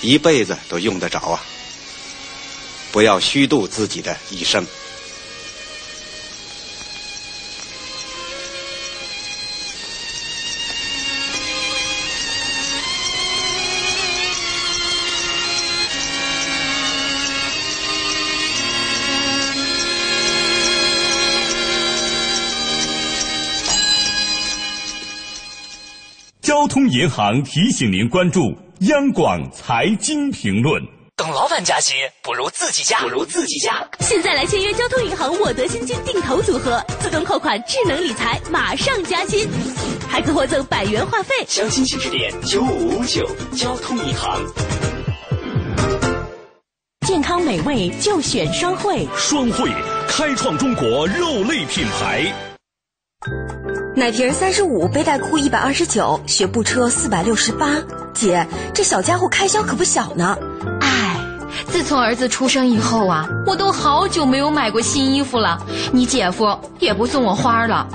Speaker 24: 一辈子都用得着啊。
Speaker 26: 不要虚度自己的一生。
Speaker 27: 交通银行提醒您关注央广财经评论。
Speaker 28: 等老板加薪，不如自己加，
Speaker 29: 不如自己加。
Speaker 30: 现在来签约交通银行沃德新金定投组合，自动扣款，智能理财，马上加薪，还可获赠百元话费。
Speaker 28: 详情请致电九五五九交通银行。
Speaker 30: 健康美味就选双汇，
Speaker 27: 双汇开创中国肉类品牌。
Speaker 2: 奶瓶三十五，背带裤一百二十九，学步车四百六十八。姐，这小家伙开销可不小呢。
Speaker 31: 唉，自从儿子出生以后啊，我都好久没有买过新衣服了。你姐夫也不送我花了。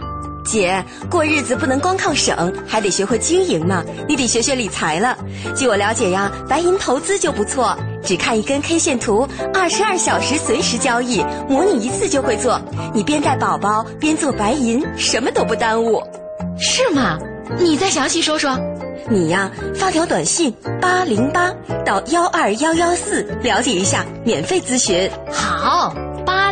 Speaker 2: 姐，过日子不能光靠省，还得学会经营嘛。你得学学理财了。据我了解呀，白银投资就不错，只看一根 K 线图，二十二小时随时交易，模拟一次就会做。你边带宝宝边做白银，什么都不耽误。
Speaker 31: 是吗？你再详细说说。
Speaker 2: 你呀，发条短信八零八到幺二幺幺四了解一下，免费咨询。
Speaker 31: 好，八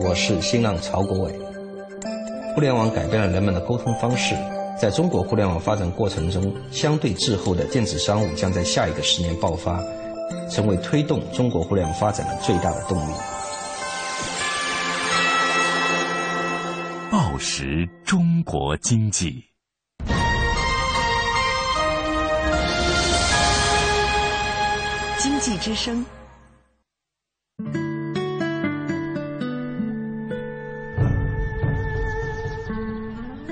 Speaker 32: 我是新浪曹国伟。互联网改变了人们的沟通方式，在中国互联网发展过程中，相对滞后的电子商务将在下一个十年爆发，成为推动中国互联网发展的最大的动力。
Speaker 27: 报时中国经济。
Speaker 33: 经济之声。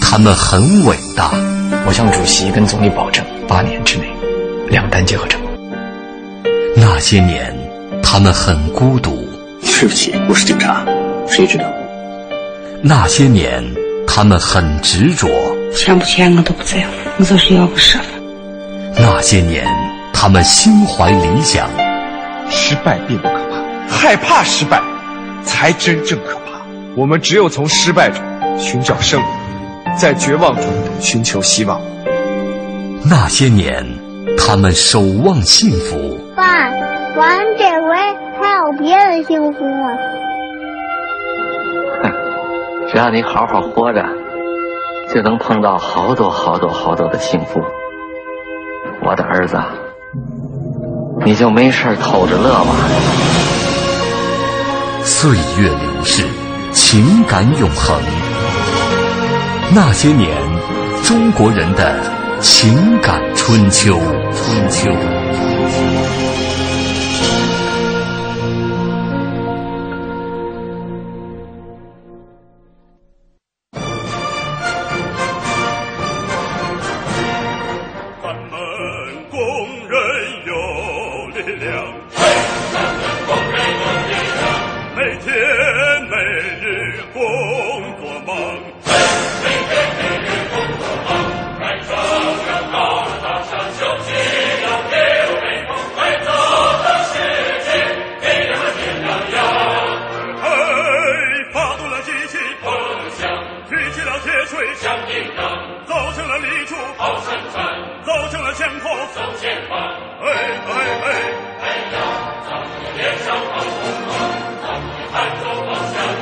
Speaker 1: 他们很伟大。
Speaker 34: 我向主席跟总理保证，八年之内两弹结合成功。
Speaker 1: 那些年，他们很孤独。
Speaker 34: 对不起，我是警察，谁知道？
Speaker 1: 那些年，他们很执着。
Speaker 35: 签不签我都不在乎，我就是要个身份。
Speaker 1: 那些年。他们心怀理想，
Speaker 5: 失败并不可怕，害怕失败才真正可怕。我们只有从失败中寻找胜利，在绝望中寻求希望。
Speaker 1: 那些年，他们守望幸福。
Speaker 6: 爸，咱这回还有别的幸福吗？
Speaker 36: 哼，只要你好好活着，就能碰到好多好多好多的幸福。我的儿子。你就没事偷着乐吧。
Speaker 1: 岁月流逝，情感永恒。那些年，中国人的情感春秋。春秋。
Speaker 4: 哎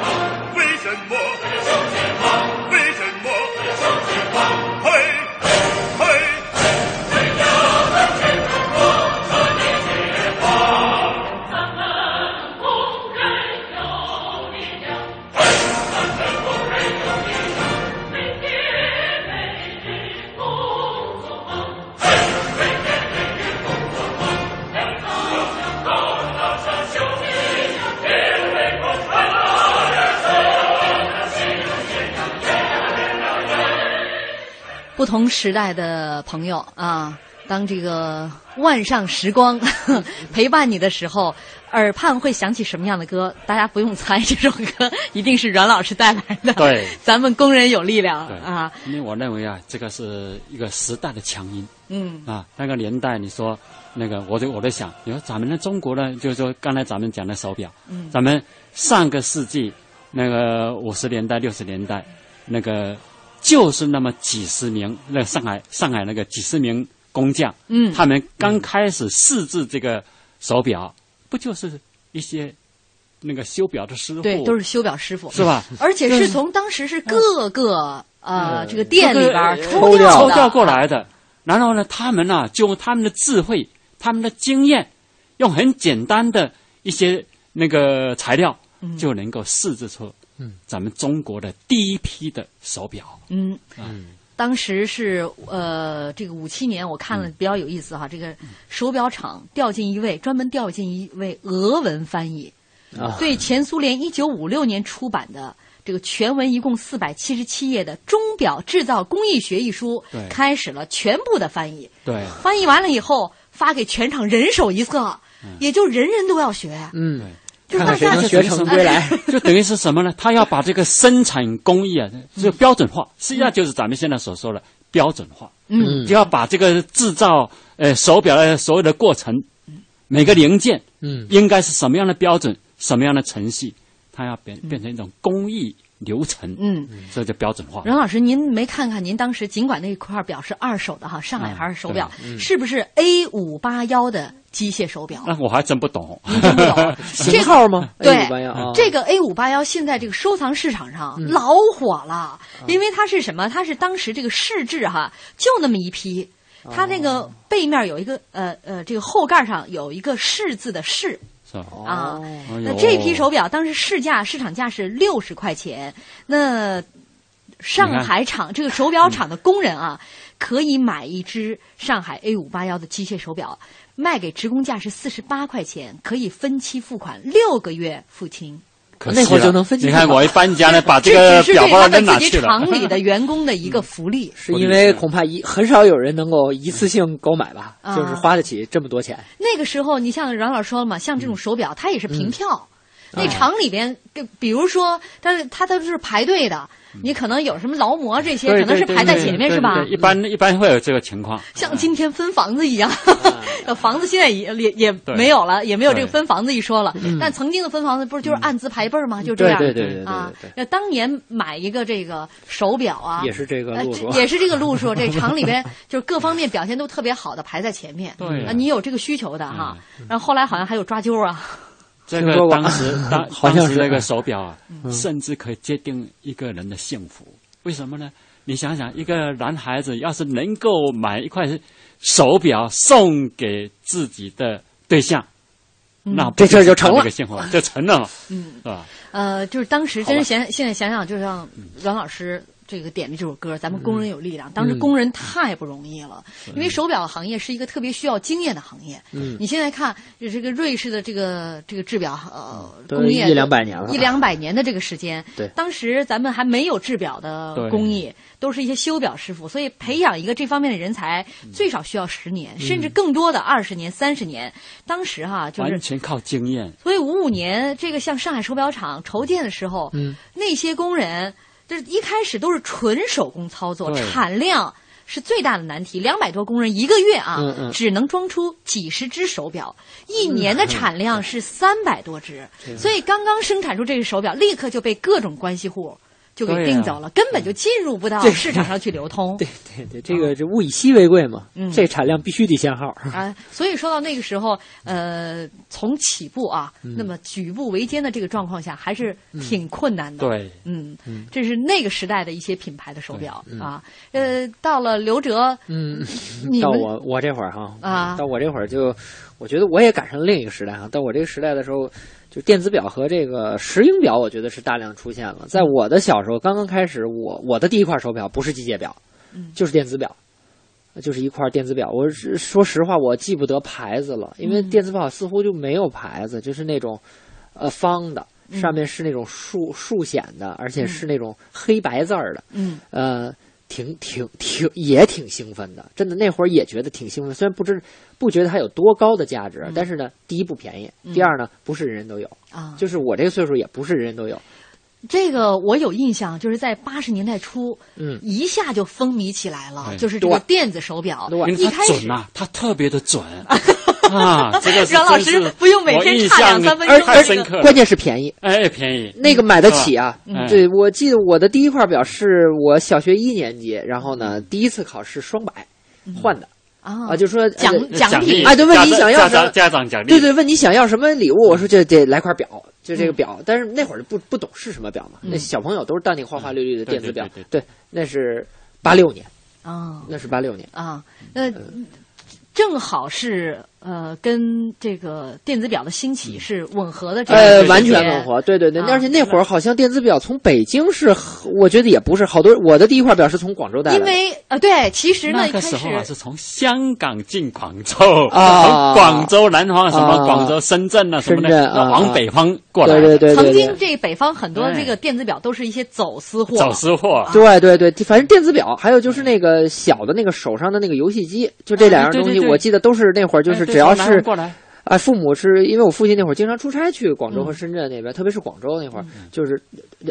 Speaker 2: 不同时代的朋友啊，当这个万上时光 呵呵陪伴你的时候，耳畔会响起什么样的歌？大家不用猜，这首歌一定是阮老师带来的。
Speaker 3: 对，
Speaker 2: 咱们工人有力量
Speaker 3: 对
Speaker 2: 啊！
Speaker 3: 因为我认为啊，这个是一个时代的强音。
Speaker 2: 嗯
Speaker 3: 啊，那个年代，你说那个，我就我在想，你说咱们的中国呢，就是说刚才咱们讲的手表，
Speaker 2: 嗯
Speaker 3: 咱们上个世纪那个五十年代、六十年代，那个就是那么几十名，那上海上海那个几十名工匠，
Speaker 23: 嗯
Speaker 3: 他们刚开始试制这个手表，不就是一些那个修表的师傅，
Speaker 2: 对，都是修表师傅，
Speaker 3: 是吧？
Speaker 2: 而且
Speaker 3: 就是嗯
Speaker 2: 从当时是各个呃这个店
Speaker 3: 这
Speaker 2: 里
Speaker 3: 个
Speaker 2: 边儿
Speaker 3: 呃
Speaker 2: 抽
Speaker 3: 掉
Speaker 2: 调
Speaker 3: 抽
Speaker 2: 的
Speaker 3: 过来的。然后呢，他们呢、就用他们的智慧、他们的经验，用很简单的一些那个材料，就能够试制出咱们中国的第一批的手表。
Speaker 2: 嗯，
Speaker 3: 嗯，
Speaker 2: 当时是呃，这个五七年，我看了比较有意思哈。这个手表厂调进一位专门调进一位俄文翻译，
Speaker 36: 啊
Speaker 2: 对前苏联一九五六年出版的这个全文一共四百七十七页的《钟表制造工艺学》一书
Speaker 36: 对，
Speaker 2: 开始了全部的翻译。
Speaker 3: 对，
Speaker 2: 翻译完了以后，发给全场人手一册，也就人人都要学。
Speaker 3: 嗯，
Speaker 2: 就嗯看看谁能学成归来，
Speaker 3: 就等于是什么呢？他要把这个生产工艺啊，就标准化，实际上就是咱们现在所说的标准化。
Speaker 2: 嗯
Speaker 3: 就要把这个制造呃手表的所有的过程，每个零件，
Speaker 36: 嗯
Speaker 3: 应该是什么样的标准，什么样的程序，它要变变成一种工艺流程，
Speaker 2: 嗯，
Speaker 3: 所以就标准化。
Speaker 2: 任老师，您没看看您当时尽管那块表是二手的哈，上海牌手表、
Speaker 3: 嗯对嗯啊
Speaker 2: 是不是 A 五八幺的机械手表？
Speaker 3: 那我还真不懂，
Speaker 2: 这个对
Speaker 3: 581啊，
Speaker 2: 这个 A 五八幺现在这个收藏市场上
Speaker 3: 嗯
Speaker 2: 老火了，因为它是什么？它是当时这个试制哈，就那么一批，它那
Speaker 3: 哦
Speaker 2: 个背面有一个呃呃，这个后盖上有一个“试”字的“试”。
Speaker 3: 是吧？
Speaker 2: 啊
Speaker 3: 哎呦
Speaker 2: 那这批手表当时市价市场价是六十块钱，那上海厂这个手表厂的工人啊，可以买一只上海 A 五八幺的机械手表，卖给职工价是四十八块钱，可以分期付款，六个月付清。
Speaker 3: 可
Speaker 4: 那
Speaker 3: 惜
Speaker 4: 会儿
Speaker 3: 了
Speaker 4: 就能分清
Speaker 3: 你
Speaker 4: 楚
Speaker 3: 看
Speaker 4: 了
Speaker 3: 我一搬家呢，哎把
Speaker 2: 这
Speaker 3: 个
Speaker 2: 只是
Speaker 3: 表
Speaker 2: 对
Speaker 3: 不知
Speaker 2: 他们
Speaker 3: 道扔
Speaker 2: 自
Speaker 3: 哪
Speaker 2: 己
Speaker 3: 去了。嗯
Speaker 2: 厂里的员工的一个福利，
Speaker 4: 是因为恐怕一很少有人能够一次性购买吧，
Speaker 2: 啊
Speaker 4: 就是花得起这么多钱。
Speaker 2: 那个时候，你像阮老师说了嘛，像
Speaker 3: 嗯
Speaker 2: 这种手表，它也是凭票。
Speaker 3: 啊
Speaker 2: 那厂里边，跟比如说，它它都是排队的，你可能有什么劳模这些，
Speaker 3: 嗯对
Speaker 2: 可能是
Speaker 3: 对对
Speaker 2: 排在
Speaker 3: 对
Speaker 2: 前面
Speaker 3: 对
Speaker 2: 是吧
Speaker 3: 对？一般一般会有这个情况。
Speaker 2: 像今天分房子一样， 房子现在也也也
Speaker 3: 啊对
Speaker 2: 没有了，也没有这个
Speaker 3: 对
Speaker 2: 分房子一说了
Speaker 3: 嗯。
Speaker 2: 但曾经的分房子不是就是按资排辈儿吗？就这样，
Speaker 4: 对对对对对
Speaker 2: 啊
Speaker 4: 对对。
Speaker 2: 那当年买一个这个手表啊，
Speaker 4: 也是这个
Speaker 2: 呃
Speaker 4: 路数
Speaker 2: 这也是这个路数。 这厂里边就是各方面表现都特别好的排在前面，
Speaker 3: 对
Speaker 2: 啊，你有这个需求的哈。
Speaker 4: 嗯
Speaker 2: 然后后来好像还有抓阄啊，
Speaker 3: 这
Speaker 4: 听
Speaker 3: 个
Speaker 4: 说过
Speaker 3: 当 时当
Speaker 4: 好像
Speaker 3: 当
Speaker 4: 是
Speaker 3: 时那个手表啊，
Speaker 4: 嗯
Speaker 3: 甚至可以决定一个人的幸福。为什么呢？你想想，一个男孩子要是能够买一块手表送给自己的对象，
Speaker 2: 嗯
Speaker 3: 那不
Speaker 4: 这事儿就成
Speaker 3: 他那
Speaker 4: 了
Speaker 3: 个幸福 就成了嘛，啊
Speaker 2: 嗯
Speaker 3: 是吧？
Speaker 2: 呃，就是当时真
Speaker 3: 好
Speaker 2: 是
Speaker 3: 吧
Speaker 2: 想，现在想想，就像阮老师这个点的这首歌，咱们工人有力量。当时
Speaker 3: 嗯
Speaker 2: 工人太不容易了，因为手表行业是一个特别需要经验的行业。
Speaker 4: 嗯
Speaker 2: 你现在看这个瑞士的这个这个制表呃
Speaker 4: 嗯都
Speaker 2: 工业
Speaker 4: 一两百年了
Speaker 2: 一两百年的这个时间，
Speaker 4: 对
Speaker 2: 当时咱们还没有制表的
Speaker 4: 对
Speaker 2: 工艺，都是一些修表师傅，所以培养一个这方面的人才
Speaker 4: 嗯
Speaker 2: 最少需要十年，甚至更多的二十年、三十年。当时哈、就是
Speaker 3: 完全靠经验。
Speaker 2: 所以五五年这个像上海手表厂筹建的时候，
Speaker 3: 嗯
Speaker 2: 那些工人就是一开始都是纯手工操作，
Speaker 3: 对
Speaker 2: 产量是最大的难题。两百多工人一个月啊，
Speaker 3: 嗯嗯
Speaker 2: 只能装出几十只手表，一年的产量是三百多只，
Speaker 36: 天啊
Speaker 2: 所以刚刚生产出这个手表，立刻就被各种关系户就
Speaker 3: 啊
Speaker 2: 给定走了，根
Speaker 3: 嗯
Speaker 2: 本就进入不到
Speaker 4: 这
Speaker 2: 市场上去流 通。嗯
Speaker 4: 对对对，这个这物以稀为贵嘛，这产量必须得限号。
Speaker 2: 啊，所以说到那个时候，呃，从起步啊，那么举步维艰的这个状况下，还是挺困难的。
Speaker 3: 对，
Speaker 2: 嗯，这是那个时代的一些品牌的手表啊。呃，到了刘哲，
Speaker 4: 嗯，
Speaker 2: 你
Speaker 4: 到
Speaker 2: 们
Speaker 4: 我我这会儿哈嗯
Speaker 2: 啊
Speaker 4: 到我这会儿就，我觉得我也赶上另一个时代哈。到我这个时代的时候，就电子表和这个石英表，我觉得是大量出现
Speaker 2: 嗯
Speaker 4: 了。在我的小时候，刚刚开始，我我的第一块手表不是机械表，
Speaker 2: 嗯
Speaker 4: 就是电子表，就是一块电子表。我是说实话，我记不得牌子了，因为
Speaker 23: 嗯
Speaker 4: 电子表似乎就没有牌子，就是那种呃方的，
Speaker 23: 嗯
Speaker 4: 上面是那种竖竖显的，而且
Speaker 23: 嗯
Speaker 4: 是那种黑白字儿的。
Speaker 23: 嗯
Speaker 4: 呃，挺挺挺也挺兴奋的，真的那会儿也觉得挺兴奋。虽然不知不觉得它有多高的价
Speaker 2: 嗯
Speaker 4: 值，但是呢，第一不便宜，第二呢不是人人都有
Speaker 2: 啊
Speaker 4: 就是我这个岁数也不是人人都有。
Speaker 2: 这个我有印象，就是在八十年代初，
Speaker 4: 嗯
Speaker 2: 一下就风靡起来了，
Speaker 3: 对
Speaker 2: 就是这个电子手表
Speaker 3: 哎因，为
Speaker 2: 一
Speaker 3: 它
Speaker 2: 开始
Speaker 3: 准。呐、它特别的 准啊！这个是
Speaker 2: 阮老
Speaker 3: 真
Speaker 2: 师
Speaker 3: 是
Speaker 2: 不用每
Speaker 3: 我
Speaker 2: 天
Speaker 3: 印
Speaker 2: 差两
Speaker 3: 象
Speaker 2: 三分
Speaker 3: 里
Speaker 2: 钟
Speaker 3: 太深刻了，
Speaker 4: 关键是便宜，
Speaker 3: 哎，便宜
Speaker 4: 那个买得起啊！
Speaker 3: 是吧哎
Speaker 4: 对，我记得我的第一块表是我小学一年级，然后呢第一次考试双百换的。
Speaker 2: 啊
Speaker 4: 啊，就说
Speaker 2: 奖
Speaker 4: 呃
Speaker 2: 奖
Speaker 3: 励
Speaker 4: 啊，对，问你
Speaker 3: 家长
Speaker 4: 想
Speaker 3: 家
Speaker 4: 要什么
Speaker 3: 长家长奖励
Speaker 4: 对对，问你想要什么礼物，我说这得来块表，就这个表。但是那会儿不不懂是什么表嘛，
Speaker 2: 嗯
Speaker 4: 那小朋友都是淡定花花绿绿的
Speaker 2: 对
Speaker 4: 电子表
Speaker 2: 对，
Speaker 4: 对，那是八六年，
Speaker 2: 啊
Speaker 4: 那是八六年，呃
Speaker 2: 啊，那正好是呃，跟这个电子表的兴起是吻合的这个时间。
Speaker 4: 呃，完全吻合，对对对。
Speaker 2: 啊
Speaker 4: 而且那会儿好像电子表从北京是，我觉得也不是好多，我的第一块表是从广州带来
Speaker 2: 因
Speaker 4: 的。
Speaker 2: 为呃，对，其实呢，
Speaker 3: 那
Speaker 2: 一
Speaker 3: 个
Speaker 2: 开始
Speaker 3: 时候啊，是从香港进广州
Speaker 4: 啊
Speaker 3: 从广州、南方什么
Speaker 4: 啊
Speaker 3: 广州、深圳啊什么
Speaker 4: 深
Speaker 3: 的，
Speaker 4: 圳啊
Speaker 3: 那往北方过来的。
Speaker 4: 对对对
Speaker 2: 曾经这北方很多这个电子表都是一些走私货，
Speaker 3: 走私货，
Speaker 4: 对对对，反正电子表，还有就是那个小的那个手上的那个游戏机，就这两样
Speaker 3: 哎
Speaker 4: 东西，
Speaker 3: 对对对
Speaker 4: 我记得都是那会儿就
Speaker 3: 哎
Speaker 4: 是
Speaker 3: 对
Speaker 4: 只要
Speaker 3: 从南
Speaker 4: 是
Speaker 3: 方过来
Speaker 4: 啊，父母是因为我父亲那会儿经常出差去广州和
Speaker 3: 嗯
Speaker 4: 深圳那边，特别是广州那会儿，就是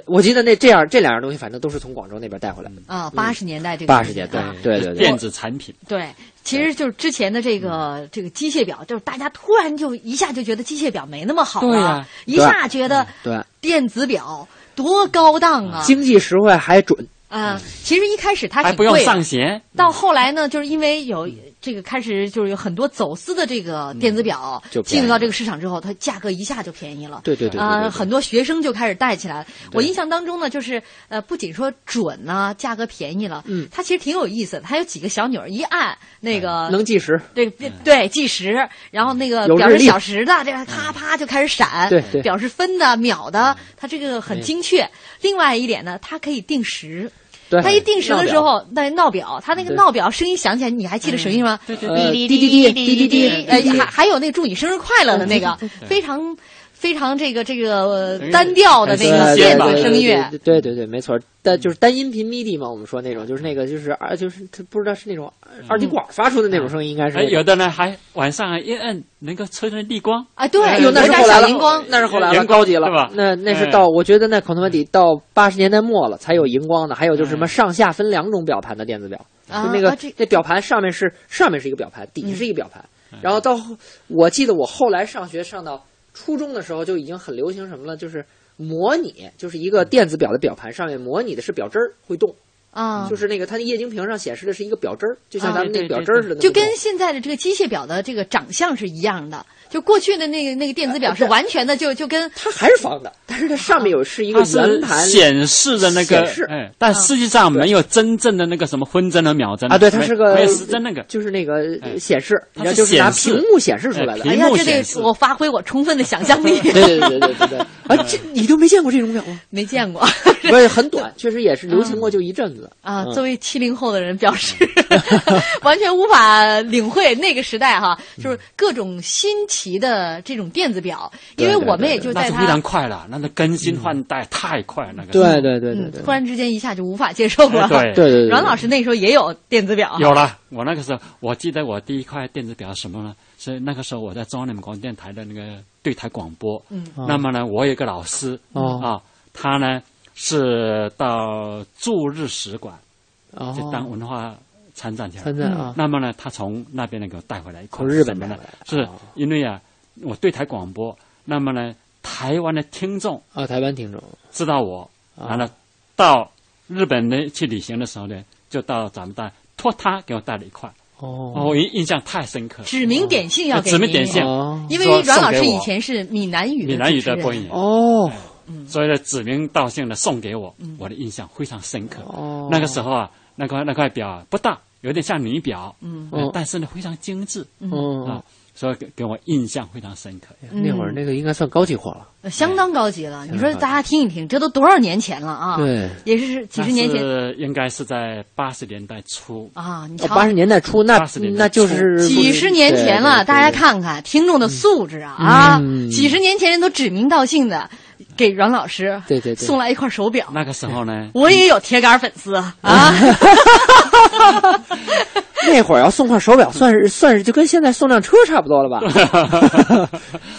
Speaker 4: 我记得那这样这两样东西，反正都是从广州那边带回来的。
Speaker 2: 啊，
Speaker 4: 嗯
Speaker 2: 八十年代这个
Speaker 4: 八十年代
Speaker 2: 啊，
Speaker 4: 对对对，
Speaker 3: 电子产品。
Speaker 2: 对，其实就是之前的这个这个机械表，就是大家突然就一下就觉得机械表没那么好
Speaker 4: 对
Speaker 2: 了，
Speaker 4: 呀
Speaker 2: 一下觉得
Speaker 4: 对，
Speaker 2: 电子表多高档啊！
Speaker 4: 经济实惠还准，
Speaker 2: 啊、其实一开始它挺
Speaker 3: 还哎不
Speaker 2: 贵
Speaker 3: 用
Speaker 2: 的，
Speaker 3: 上学，
Speaker 2: 到后来呢，就是因为有这个开始，就是有很多走私的这个电子表、
Speaker 4: 嗯就便宜
Speaker 2: 进入到这个市场之后，它价格一下就便宜了。
Speaker 4: 对对对对
Speaker 2: 啊、
Speaker 4: 对对
Speaker 2: 很多学生就开始戴起来了。我印象当中呢，就是呃，不仅说准呐、价格便宜了，
Speaker 4: 嗯
Speaker 2: 它其实挺有意思的。它有几个小钮儿，一按那个
Speaker 4: 哎能计时。
Speaker 2: 对对对，计时，然后那个
Speaker 4: 有
Speaker 2: 表
Speaker 4: 日
Speaker 2: 示
Speaker 4: 历
Speaker 2: 小时的，这样咔啪就开始闪，
Speaker 4: 对嗯对
Speaker 2: 表示分的、秒的，它这个很精确。另外一点呢，它可以定时。
Speaker 4: 对
Speaker 2: 它一定时的时候，那闹表，它那个
Speaker 4: 对嗯
Speaker 2: 闹表声音响起来，你还记得什么音吗？
Speaker 4: 对对对呃滴滴滴滴滴滴
Speaker 2: 呃，
Speaker 4: 滴滴
Speaker 2: 还还有那祝你生日快乐的那个
Speaker 4: 对对，
Speaker 2: 非常非常这个这个呃单调的那个
Speaker 4: 哎对
Speaker 2: 电
Speaker 4: 对
Speaker 2: 子
Speaker 4: 对
Speaker 2: 声乐，
Speaker 4: 对对对对对，没错，但就是单音频 MIDI 嘛，我们说那种就是那个就是啊，就是它不知道是那种呃二极管发出的那种声音，应该是
Speaker 3: 哎，有的呢还晚上啊一摁能够吹成逆光
Speaker 2: 啊对
Speaker 4: 哎呦，那是后来了，那是后啊来了，
Speaker 3: 荧光
Speaker 4: 高级了，
Speaker 3: 对吧
Speaker 4: 那那是
Speaker 3: 哎
Speaker 4: 到，我觉得那可能问题到八十年代末了才有荧光的，还有就是什么上下分两种表盘的电子表，
Speaker 3: 啊
Speaker 4: 就那个
Speaker 3: 啊这
Speaker 4: 那表盘上面是上面是一个表盘，底下是一个表盘，然后到后我记得我后来上学上到初中的时候就已经很流行什么了，就是模拟，就是一个电子表的表盘上面模拟的是表针儿会动。
Speaker 2: 啊
Speaker 4: 就是那个它的液晶屏上显示的是一个表针儿，就像
Speaker 2: 啊
Speaker 4: 咱们那个表针儿似的那么动，
Speaker 2: 就跟现在的这个机械表的这个长相是一样的。就过去的那个那个电子表是完全的，就就跟
Speaker 4: 它还是方的，但是它上面有啊是一个
Speaker 3: 它是
Speaker 4: 圆盘
Speaker 3: 显示的那个
Speaker 4: 显示，
Speaker 3: 哎，但实际上没有真正的那个什么分针和秒针
Speaker 4: 啊，对，它
Speaker 3: 没
Speaker 4: 是个
Speaker 3: 没有时针那个，
Speaker 4: 就是那个呃显示，
Speaker 3: 它
Speaker 4: 然
Speaker 3: 是
Speaker 4: 后就是拿
Speaker 3: 显
Speaker 4: 屏
Speaker 3: 示
Speaker 4: 幕显示出来的。
Speaker 3: 哎
Speaker 4: 哎
Speaker 2: 哎
Speaker 4: 呀
Speaker 2: 呀，，
Speaker 4: 这
Speaker 2: 这
Speaker 4: 得
Speaker 2: 得我发挥我充分的想象力。
Speaker 4: 对对对对 对对，啊，这你都没见过这种表吗？
Speaker 2: 没见 过
Speaker 4: 不是很短，确实也是流行过就一阵子
Speaker 2: 啊！
Speaker 4: 嗯
Speaker 2: 作为七零后的 人表示，完全无法领会那个时代哈，
Speaker 3: 嗯
Speaker 2: 就是各种新奇的这种电子表，因为我们也就
Speaker 3: 那
Speaker 2: 在
Speaker 3: 是非
Speaker 2: 它
Speaker 3: 常快了，那个更新换代太快，那个
Speaker 4: 对对对对对
Speaker 2: 嗯突然之间一下就无法接受了。
Speaker 3: 哎对对对 对
Speaker 2: 阮老师那时候也有电子表，啊
Speaker 3: 有了，我那个时候，我记得我第一块电子表是什么呢？是那个时候我在中央人民广播电台的那个对台广播。
Speaker 2: 嗯
Speaker 3: 那么呢，我有一个老师、
Speaker 4: 啊哦
Speaker 3: 啊，他呢是到驻日使馆，
Speaker 4: 哦
Speaker 3: 就当文化参赞去了。
Speaker 4: 参赞啊
Speaker 3: 那么呢，他从那边那个带回来一块，
Speaker 4: 从日
Speaker 3: 什
Speaker 4: 本
Speaker 3: 么呢
Speaker 4: 带回来？哦
Speaker 3: 是因为啊，我对台广播，那么呢，台湾的听众
Speaker 4: 啊，台湾听众
Speaker 3: 知道我，
Speaker 4: 啊
Speaker 3: 完了到日本呢去旅行的时候呢，就到咱们大托他给我带了一块。
Speaker 4: 哦，
Speaker 3: 我印印象太深刻了。呃
Speaker 2: 指名点姓要给
Speaker 3: 指名
Speaker 2: 您
Speaker 3: 点姓
Speaker 2: 哦，因
Speaker 3: 说
Speaker 2: 为阮老
Speaker 3: 送
Speaker 2: 师
Speaker 3: 给
Speaker 2: 以
Speaker 3: 我
Speaker 2: 前是闽南语的
Speaker 3: 闽南
Speaker 2: 主
Speaker 3: 语
Speaker 2: 持
Speaker 3: 的
Speaker 2: 人
Speaker 3: 播音员
Speaker 4: 哦，嗯
Speaker 3: 所以呢，指名道姓的送给我，我的印象非常深刻。
Speaker 4: 哦
Speaker 3: 那个时候啊，那块那块表啊不大，有点像女表，
Speaker 4: 嗯
Speaker 3: 呃
Speaker 4: 哦
Speaker 3: 但是呢非常精致，
Speaker 4: 嗯
Speaker 3: 啊，所以给给我印象非常深刻。
Speaker 4: 那会儿那个应该算高级货了。哎
Speaker 2: 呃相当高级了。你说
Speaker 3: 相当高级
Speaker 2: 大家听一听，这都多少年前了啊？
Speaker 4: 对
Speaker 2: 也是几十年前
Speaker 3: 那是应该是在八十年代初
Speaker 2: 啊。你
Speaker 4: 哦，
Speaker 2: 瞧
Speaker 4: 八十年代初，那
Speaker 3: 80年代
Speaker 4: 那就是
Speaker 2: 几十年前了，
Speaker 4: 对对
Speaker 2: 大家看看听众的素质啊啊！
Speaker 4: 嗯
Speaker 2: 几十年前人都指名道姓的给阮老师
Speaker 4: 对对对
Speaker 2: 送来一块手表，
Speaker 3: 那个时候呢，
Speaker 2: 我也有铁杆粉丝啊。
Speaker 4: 那会儿要送块手表，算是算是就跟现在送辆车差不多了吧？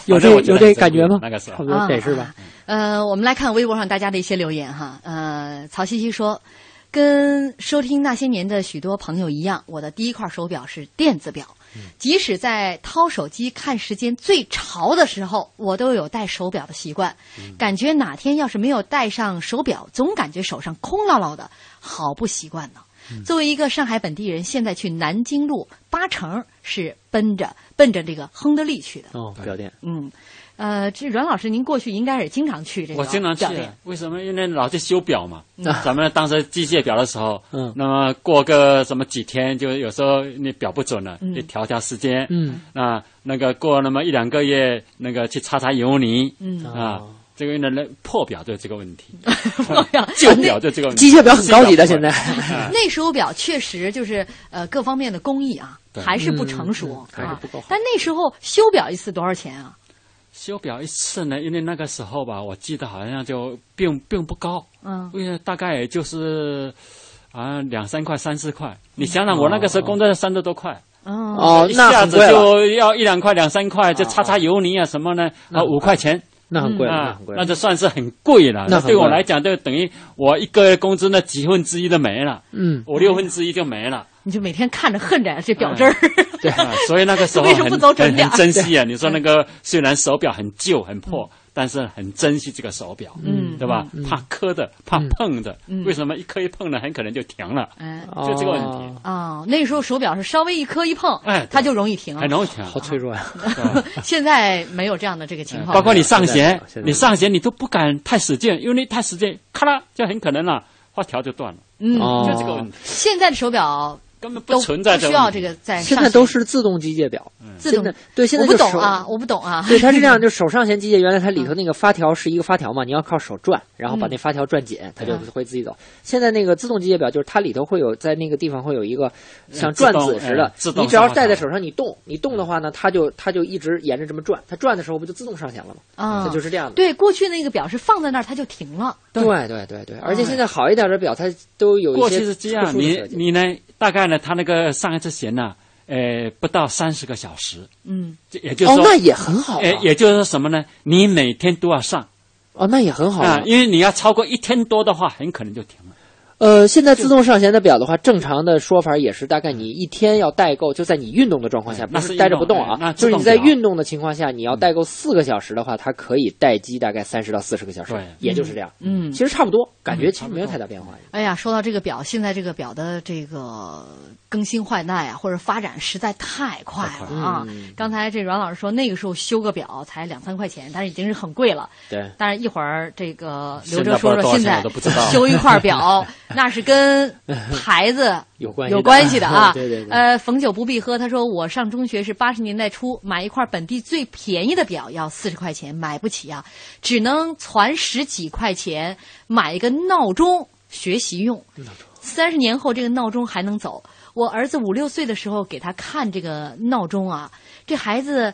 Speaker 4: 有
Speaker 3: 反
Speaker 4: 这
Speaker 3: 正我觉得
Speaker 4: 有这
Speaker 3: 很
Speaker 4: 感觉吗？
Speaker 3: 那个时候
Speaker 4: 差不多得是吧？
Speaker 2: 嗯呃，我们来看微博上大家的一些留言哈。呃，曹西西说，跟收听那些年的许多朋友一样，我的第一块手表是电子表，
Speaker 4: 嗯
Speaker 2: 即使在掏手机看时间最潮的时候，我都有戴手表的习惯。
Speaker 4: 嗯
Speaker 2: 感觉哪天要是没有戴上手表，总感觉手上空落落的，好不习惯呢。作为一个上海本地人，现在去南京路八成是奔着奔着这个亨德利去的。
Speaker 4: 哦，表店
Speaker 2: 嗯，呃，这阮老师，您过去应该也经常去这个
Speaker 3: 我经常去
Speaker 2: 表店，，
Speaker 3: 为什么？因为老去修表嘛
Speaker 2: 嗯。
Speaker 3: 咱们当时机械表的时候，
Speaker 4: 嗯
Speaker 3: 那么过个什么几天，就有时候那表不准了，
Speaker 4: 嗯
Speaker 3: 就调调时间。
Speaker 4: 嗯，
Speaker 3: 啊，那个过那么一两个月，那个去擦擦油泥。
Speaker 2: 嗯
Speaker 3: 啊，这个呢，那破表就这个问 题，嗯 旧表就这个问题。
Speaker 4: 哦机械表很高级的
Speaker 3: 新表不
Speaker 4: 现
Speaker 3: 会啊
Speaker 2: 那时候表确实就是呃各方面的工艺啊
Speaker 3: 对
Speaker 2: 还是不成熟、
Speaker 3: 嗯嗯还是
Speaker 2: 啊
Speaker 3: 不够好，
Speaker 2: 但那时候修表一次多少钱啊？
Speaker 3: 修表一次呢，因为那个时候吧，我记得好像就并并不高，
Speaker 2: 嗯，
Speaker 3: 因为大概也就是啊两三块、三四块。你想
Speaker 4: 嗯
Speaker 3: 想，我那个时候工作三十多块，
Speaker 4: 哦
Speaker 3: 一，
Speaker 4: 那
Speaker 3: 下
Speaker 4: 很
Speaker 3: 子
Speaker 4: 贵了，
Speaker 3: 就要一两块、两三块，就擦擦油泥啊什么呢？
Speaker 4: 那
Speaker 3: 啊，
Speaker 4: 很贵
Speaker 3: 五块钱。
Speaker 4: 那很贵了，那
Speaker 3: 啊
Speaker 4: 很贵，了。
Speaker 3: 那就算是很贵了。
Speaker 4: 那很贵
Speaker 3: 对我来讲，就等于我一个月工资那几分之一都没了，
Speaker 4: 嗯
Speaker 3: 五六分之一就没 了。
Speaker 2: 嗯你就每天看着恨着这表针儿，
Speaker 3: 嗯对、啊，所以那 个时候
Speaker 2: 为什么
Speaker 3: 很
Speaker 2: 不走准
Speaker 3: 很
Speaker 2: 点
Speaker 3: 很
Speaker 2: 儿
Speaker 3: 珍惜啊！你说那个虽然手表很旧很破，
Speaker 4: 嗯
Speaker 3: 但是很珍惜这个手表，
Speaker 2: 嗯
Speaker 3: 对吧？怕磕的，怕碰的，
Speaker 2: 嗯
Speaker 3: 为什么一磕一碰呢，很可能就停了？
Speaker 2: 哎
Speaker 4: 哦
Speaker 3: 就这个问题，
Speaker 2: 啊、那时候手表是稍微一磕一碰，
Speaker 3: 哎对
Speaker 2: 它就容易停。
Speaker 3: 很容易停。
Speaker 4: 好脆弱呀！
Speaker 2: 现在没有这样的这个情况，
Speaker 3: 包括你上学
Speaker 4: 现在，
Speaker 3: 你上学你都不敢太使劲，因为你太使劲，咔啦就很可能了，发条就断了。
Speaker 2: 嗯，
Speaker 4: 哦
Speaker 3: 就这个问题，
Speaker 2: 现在的手表
Speaker 3: 根本
Speaker 2: 都
Speaker 3: 不存在嗯
Speaker 2: 不需
Speaker 3: 个
Speaker 2: 要
Speaker 3: 问
Speaker 2: 这
Speaker 3: 题
Speaker 2: 个在
Speaker 4: 现
Speaker 2: 上
Speaker 4: 在
Speaker 2: 学
Speaker 4: 都是自动机械表，
Speaker 2: 自动
Speaker 4: 现在对现在
Speaker 2: 我不
Speaker 4: 就
Speaker 2: 懂
Speaker 4: 手
Speaker 2: 啊，我不懂啊。
Speaker 4: 对，它是这 样，就手上弦机械，原来它里头那个发条是一个发条嘛，你要靠手转，然后把那发条转紧，它就会自己走。现在那个自动机械表就是它里头会有在那个地方会有一个像转子似的
Speaker 3: 嗯自，动
Speaker 4: 你只要戴在手上，你动，你动的话呢，它就它就一直沿着这么转，它转的时候不就自动上弦了吗？
Speaker 2: 啊
Speaker 4: 它就是这样的。
Speaker 2: 对，过去那个表是放在那儿它就停了。嗯
Speaker 4: 对对对对，而且现在好一点的表，它都有
Speaker 3: 过
Speaker 4: 一些
Speaker 3: 去是这样，
Speaker 4: 特殊的
Speaker 3: 你
Speaker 4: 设计
Speaker 3: 你呢？大概呢，他那个上一次弦呢，呃，不到三十个小时，
Speaker 2: 嗯，
Speaker 3: 这也就是
Speaker 4: 哦，
Speaker 3: 说，
Speaker 4: 那也很好啊，
Speaker 3: 呃，也就是说什么呢？你每天都要上
Speaker 4: 哦，那也很好
Speaker 3: 啊
Speaker 4: 啊，。
Speaker 3: 因为你要超过一天多的话，很可能就停了。
Speaker 4: 呃，现在自动上弦的表的话，正常的说法也是大概你一天要代购，就在你运动的状况下，
Speaker 3: 哎
Speaker 4: 不
Speaker 3: 那是
Speaker 4: 是
Speaker 3: 运动
Speaker 4: 待着不动啊，
Speaker 3: 哎那
Speaker 4: 就是
Speaker 3: 自动
Speaker 4: 你在
Speaker 3: 表
Speaker 4: 运动的情况下，你要代购四个小时的话，它可以待机大概三十到四十个小时
Speaker 3: 对，
Speaker 4: 也就是这样。
Speaker 2: 嗯
Speaker 4: 其实差不多，感觉其实没有太大变化。
Speaker 2: 哎呀，说到这个表，现在这个表的这个更新换代啊，或者发展实在太快了啊！
Speaker 4: 嗯
Speaker 2: 刚才这阮老师说，那个时候修个表才两三块钱，但是已经是很贵了。
Speaker 4: 对，
Speaker 2: 但是一会儿这个刘
Speaker 3: 现在
Speaker 2: 哲说
Speaker 3: 不
Speaker 2: 说，
Speaker 3: 知道多少
Speaker 2: 现
Speaker 3: 钱
Speaker 2: 在
Speaker 3: 我都不知道
Speaker 2: 修一块 表，那是跟牌子
Speaker 4: 有关系的。
Speaker 2: 有关系的啊
Speaker 4: 对对对
Speaker 2: 呃，逢酒不必喝。他说，我上中学是八十年代初，买一块本地最便宜的表要四十块钱，买不起啊，只能攒十几块钱买一个闹钟学习用。三十年后，这个闹钟还能走。我儿子五六岁的时候给他看这个闹钟啊，这孩子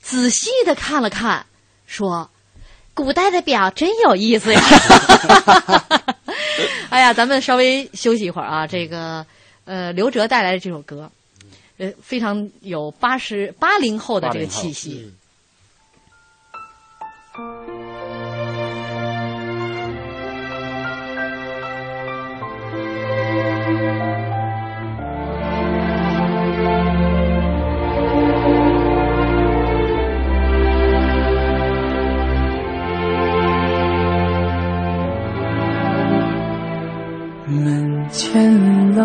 Speaker 2: 仔细的看了看，说：“古代的表真有意思呀！”哎呀，咱们稍微休息一会儿啊。这个呃，刘哲带来的这首歌，呃，非常有八十八零后的这个
Speaker 3: 80后
Speaker 2: 气息。
Speaker 3: 见到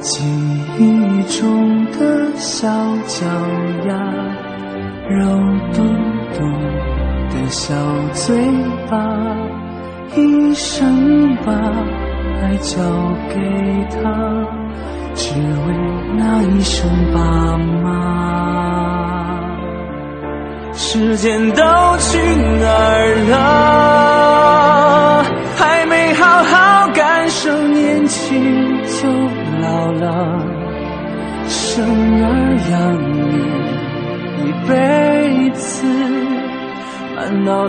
Speaker 3: 记忆中的小脚丫，肉嘟嘟。的小嘴巴，一生把爱交给他，只为那一声爸妈。时间都去哪儿了？还没好好感受年轻就老了，生儿养女一辈子。满脑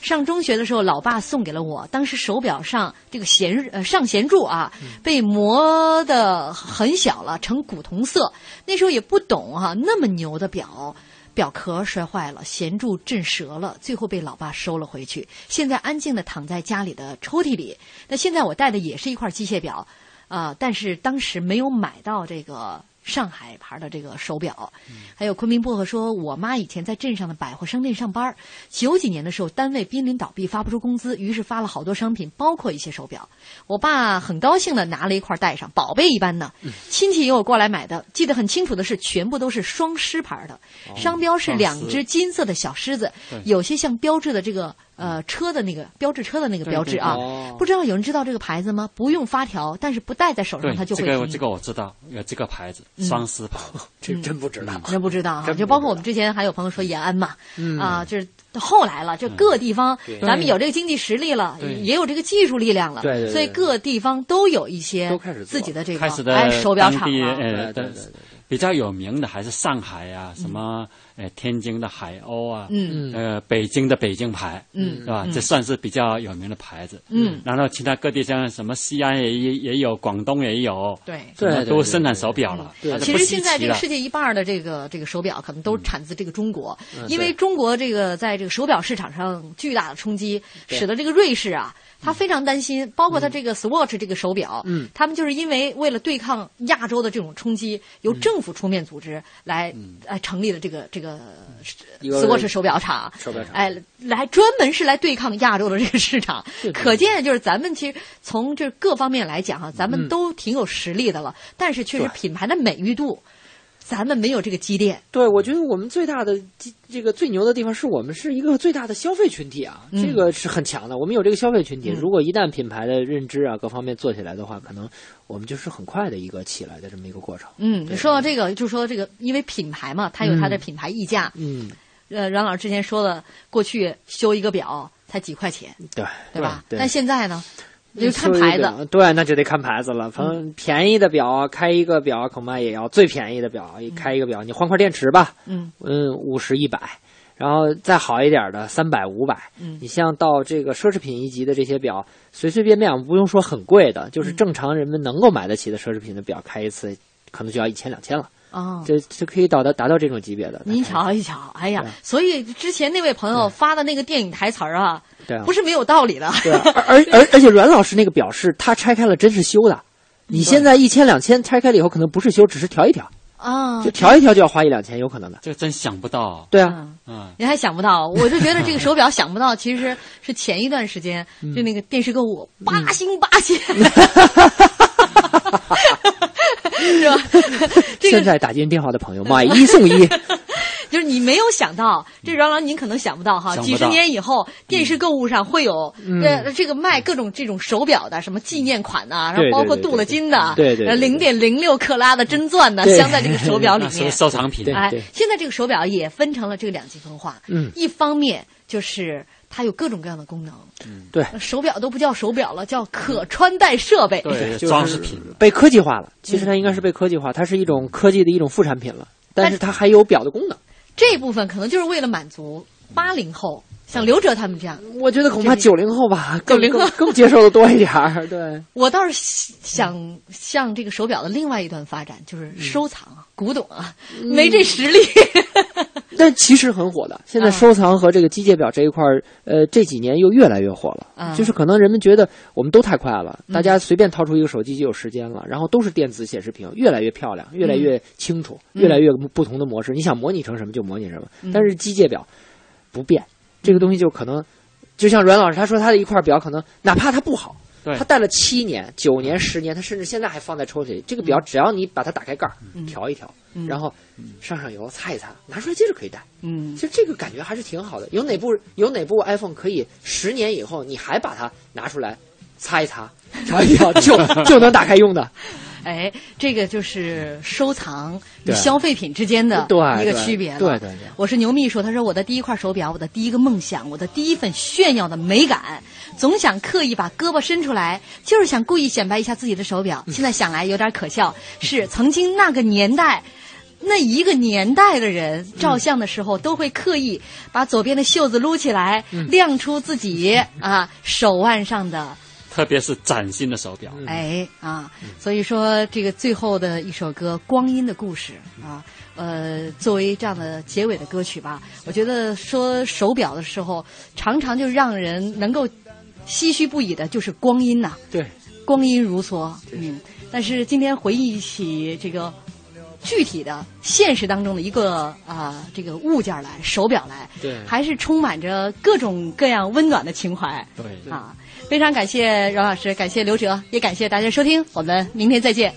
Speaker 2: 上中学的时候，老爸送给了我，当时手表上这个弦呃上弦柱啊，被磨的很小了，成古铜色。那时候也不懂哈、啊，那么牛的表，表壳摔坏了，弦柱震折了，最后被老爸收了回去。现在安静的躺在家里的抽屉里。那现在我戴的也是一块机械表，啊、呃，但是当时没有买到这个。上海牌的这个手表，还有昆明薄荷说，我妈以前在镇上的百货商店上班，九几年的时候单位濒临倒闭，发不出工资，于是发了好多商品，包括一些手表。我爸很高兴的拿了一块戴上，宝贝一般的。
Speaker 37: 嗯
Speaker 2: 亲戚也有过来买的，记得很清楚的是，全部都是双狮牌的，
Speaker 37: 哦
Speaker 2: 商标是两只金色的小狮子，有些像标志的这个。
Speaker 37: 嗯
Speaker 2: 呃，车的那个标志，车的那个标志啊，
Speaker 37: 哦
Speaker 2: 不知道有人知道这个牌子吗？不用发条，但是不戴在手上它就会。
Speaker 37: 这个这个我知道，有这个牌子，
Speaker 3: 嗯
Speaker 37: 双狮牌，
Speaker 38: 这真不知道，
Speaker 2: 真不知道啊！就包括我们之前还有朋友说延安嘛，啊，就是后来了，就各地方咱们有这个经济实力了，也有这个技术力量了，所以各地方都有一些自己的这哎
Speaker 3: 呃
Speaker 2: 个哎手表厂了。
Speaker 37: 比较有名的还是上海啊，什么
Speaker 3: 呃天津的海鸥啊，
Speaker 2: 嗯
Speaker 3: 呃北京的北京牌，
Speaker 2: 嗯
Speaker 3: 是吧？
Speaker 2: 嗯
Speaker 3: 这算是比较有名的牌子，
Speaker 2: 嗯
Speaker 3: 然后其他各地像什么西安也也也有，广东也有，
Speaker 2: 对
Speaker 3: 什么
Speaker 4: 对对
Speaker 3: 都
Speaker 4: 对
Speaker 3: 生产手表了，
Speaker 4: 对
Speaker 3: 它就
Speaker 2: 其
Speaker 3: 不
Speaker 2: 实
Speaker 3: 稀
Speaker 2: 现在
Speaker 3: 奇
Speaker 2: 这个
Speaker 3: 了
Speaker 2: 世界一半儿的这个这个手表，可能
Speaker 4: 嗯
Speaker 2: 都产自这个中国，
Speaker 3: 嗯
Speaker 2: 因为中国这个在这个手表市场上巨大的冲击，
Speaker 3: 对
Speaker 2: 使得这个瑞士啊，他非常担心，包括他这个 Swatch 这个手表，
Speaker 4: 嗯
Speaker 2: 他们就是因为为了对抗亚洲的这种冲击，由
Speaker 4: 嗯
Speaker 2: 政府出面组织来、呃成立了这个这个
Speaker 4: 一个
Speaker 2: Swatch 手表厂，
Speaker 4: 手表厂
Speaker 2: 哎，来专门是来对抗亚洲的这个市场
Speaker 4: 对，对
Speaker 2: 可见就是咱们其实从这各方面来讲啊，咱们
Speaker 4: 嗯
Speaker 2: 都挺有实力的了，但是确实
Speaker 4: 对
Speaker 2: 品牌的美誉度，咱们没有这个积淀。
Speaker 4: 对，我觉得我们最大的这这个最牛的地方是我们是一个最大的消费群体啊，
Speaker 2: 嗯
Speaker 4: 这个是很强的。我们有这个消费群体，
Speaker 2: 嗯
Speaker 4: 如果一旦品牌的认知啊各方面做起来的话，可能我们就是很快的一个起来的这么一个过程。
Speaker 2: 嗯，说到这个，就说这个，因为品牌嘛，它有它的
Speaker 4: 嗯
Speaker 2: 品牌溢价。
Speaker 4: 嗯，
Speaker 2: 呃，阮老师之前说了，过去修一个表才几块钱，
Speaker 4: 对，
Speaker 2: 对吧？
Speaker 4: 对
Speaker 2: 但现在呢，就看牌子，嗯
Speaker 4: 对，那就得看牌子了。反正便宜的表啊开一个表，恐怕也要最便宜的表开一个表，你换块电池吧，
Speaker 2: 嗯
Speaker 4: 嗯，五十一百，然后再好一点的三百五百。
Speaker 2: 嗯
Speaker 4: 你像到这个奢侈品一级的这些表，随随便便我们不用说很贵的，就是
Speaker 2: 嗯
Speaker 4: 正常人们能够买得起的奢侈品的表，开一次可能就要一千两千了，
Speaker 2: 哦，
Speaker 4: 这这可以达到达到这种级别的。
Speaker 2: 您瞧一瞧，哎呀，所以之前那位朋友发的那个电影台词儿啊，
Speaker 4: 对啊
Speaker 2: 不是没有道理的。
Speaker 4: 对啊，而而而而且阮老师那个表是他拆开了真是修的，你现在一千两千拆开了以后可能不是修，只是调一调。
Speaker 2: 啊，
Speaker 4: 就调一调就要花一两千，有可能的。
Speaker 3: 这个真想不到，
Speaker 4: 对啊，
Speaker 3: 嗯，
Speaker 2: 你还想不 到，我就觉得这个手表想不到，其实是 前一段时间
Speaker 4: 嗯
Speaker 2: 就那个电视购物八星八 千，是吧？这
Speaker 4: 现
Speaker 2: 个
Speaker 4: 在打进电话的朋友，买一送一，
Speaker 2: 就是你没有想到，这饶饶您可能想不到哈，
Speaker 4: 想不
Speaker 2: 几
Speaker 4: 到
Speaker 2: 十年以后电视购物上会有呃
Speaker 4: 嗯
Speaker 2: 这这个卖各种这种手表的，什么纪念款啊呐，然后
Speaker 3: 对对
Speaker 2: 包括
Speaker 3: 对
Speaker 2: 镀了金的，
Speaker 3: 对对对对
Speaker 2: 零点零六克拉的真钻呢，
Speaker 3: 对
Speaker 2: 镶在这个手表里
Speaker 3: 收
Speaker 2: 面，
Speaker 3: 收藏品
Speaker 2: 哎
Speaker 3: 对对，
Speaker 2: 现在这个手表也分成了这个两极分化，
Speaker 3: 嗯
Speaker 2: 一方面就是它有各种各样的功能，
Speaker 4: 对，
Speaker 2: 手表都不叫手表了，叫可穿戴设备，
Speaker 4: 就是
Speaker 3: 装饰品
Speaker 4: 被科技化了。嗯其实它应该是被科技化，它是一种科技的一种副产品了，但是它还有表的功能。
Speaker 2: 这部分可能就是为了满足
Speaker 4: 嗯
Speaker 2: 八零后，像刘哲他们这样，
Speaker 4: 我觉得恐怕九零后吧，
Speaker 2: 九
Speaker 4: 更
Speaker 2: 零后
Speaker 4: 更更接受的多一点儿。对，
Speaker 2: 我倒是想向这个手表的另外一段发展，就是收藏
Speaker 4: 嗯
Speaker 2: 啊、古董啊，没这实力。 啊
Speaker 4: 但其实很火的。现在收藏和这个机械表这一块儿，呃，这几年又越来越火了。
Speaker 2: 嗯
Speaker 4: 就是可能人们觉得我们都太快了，
Speaker 2: 嗯
Speaker 4: 大家随便掏出一个手机就有时间了，然后都是电子显示屏，越来越漂亮，越来越清楚，
Speaker 2: 嗯
Speaker 4: 越来越不同的模式。你想模拟成什么就模拟什么
Speaker 2: 嗯，
Speaker 4: 但是机械表不变，这个东西就可能。就像阮老师他说，他的一块表可能哪怕它不好，
Speaker 3: 对
Speaker 4: 他戴了七年、九年、十年，他甚至现在还放在抽屉里。这个表只要你把它打开盖儿、调一调，
Speaker 2: 嗯
Speaker 4: 然后上上油、擦一擦，拿出来接着可以戴。
Speaker 2: 嗯
Speaker 4: 其实这个感觉还是挺好的。有哪部有哪部 iPhone 可以十年以后你还把它拿出来擦一擦、调 一调，就就能打开用的？
Speaker 2: 哎，这个就是收藏与
Speaker 4: 对啊
Speaker 2: 消费品之间的
Speaker 4: 对
Speaker 2: 一个
Speaker 4: 对
Speaker 2: 区别了。
Speaker 4: 对对对
Speaker 2: 我是牛秘书，他说我的第一块手表，我的第一个梦想，我的第一份炫耀的美感，总想刻意把胳膊伸出来，就是想故意显摆一下自己的手表。
Speaker 4: 嗯
Speaker 2: 现在想来有点可笑，是曾经那个年代。那一个年代的人照相的时候，都会刻意把左边的袖子撸起来，亮出自己啊手腕上的
Speaker 3: 特别是崭新的手表，
Speaker 4: 嗯
Speaker 2: 哎啊，所以说这个最后的一首歌《光阴的故事》啊，呃，作为这样的结尾的歌曲吧，我觉得说手表的时候，常常就让人能够唏嘘不已的，就是光阴呐、
Speaker 4: 对，
Speaker 2: 光阴如梭，嗯。但是今天回忆起这个具体的现实当中的一个啊、这个物件儿来，手表来，
Speaker 4: 对
Speaker 2: 还是充满着各种各样温暖的情怀，
Speaker 3: 对
Speaker 4: 嗯
Speaker 2: 啊，非常感谢饶老师，感谢刘哲，也感谢大家收听，我们明天再见。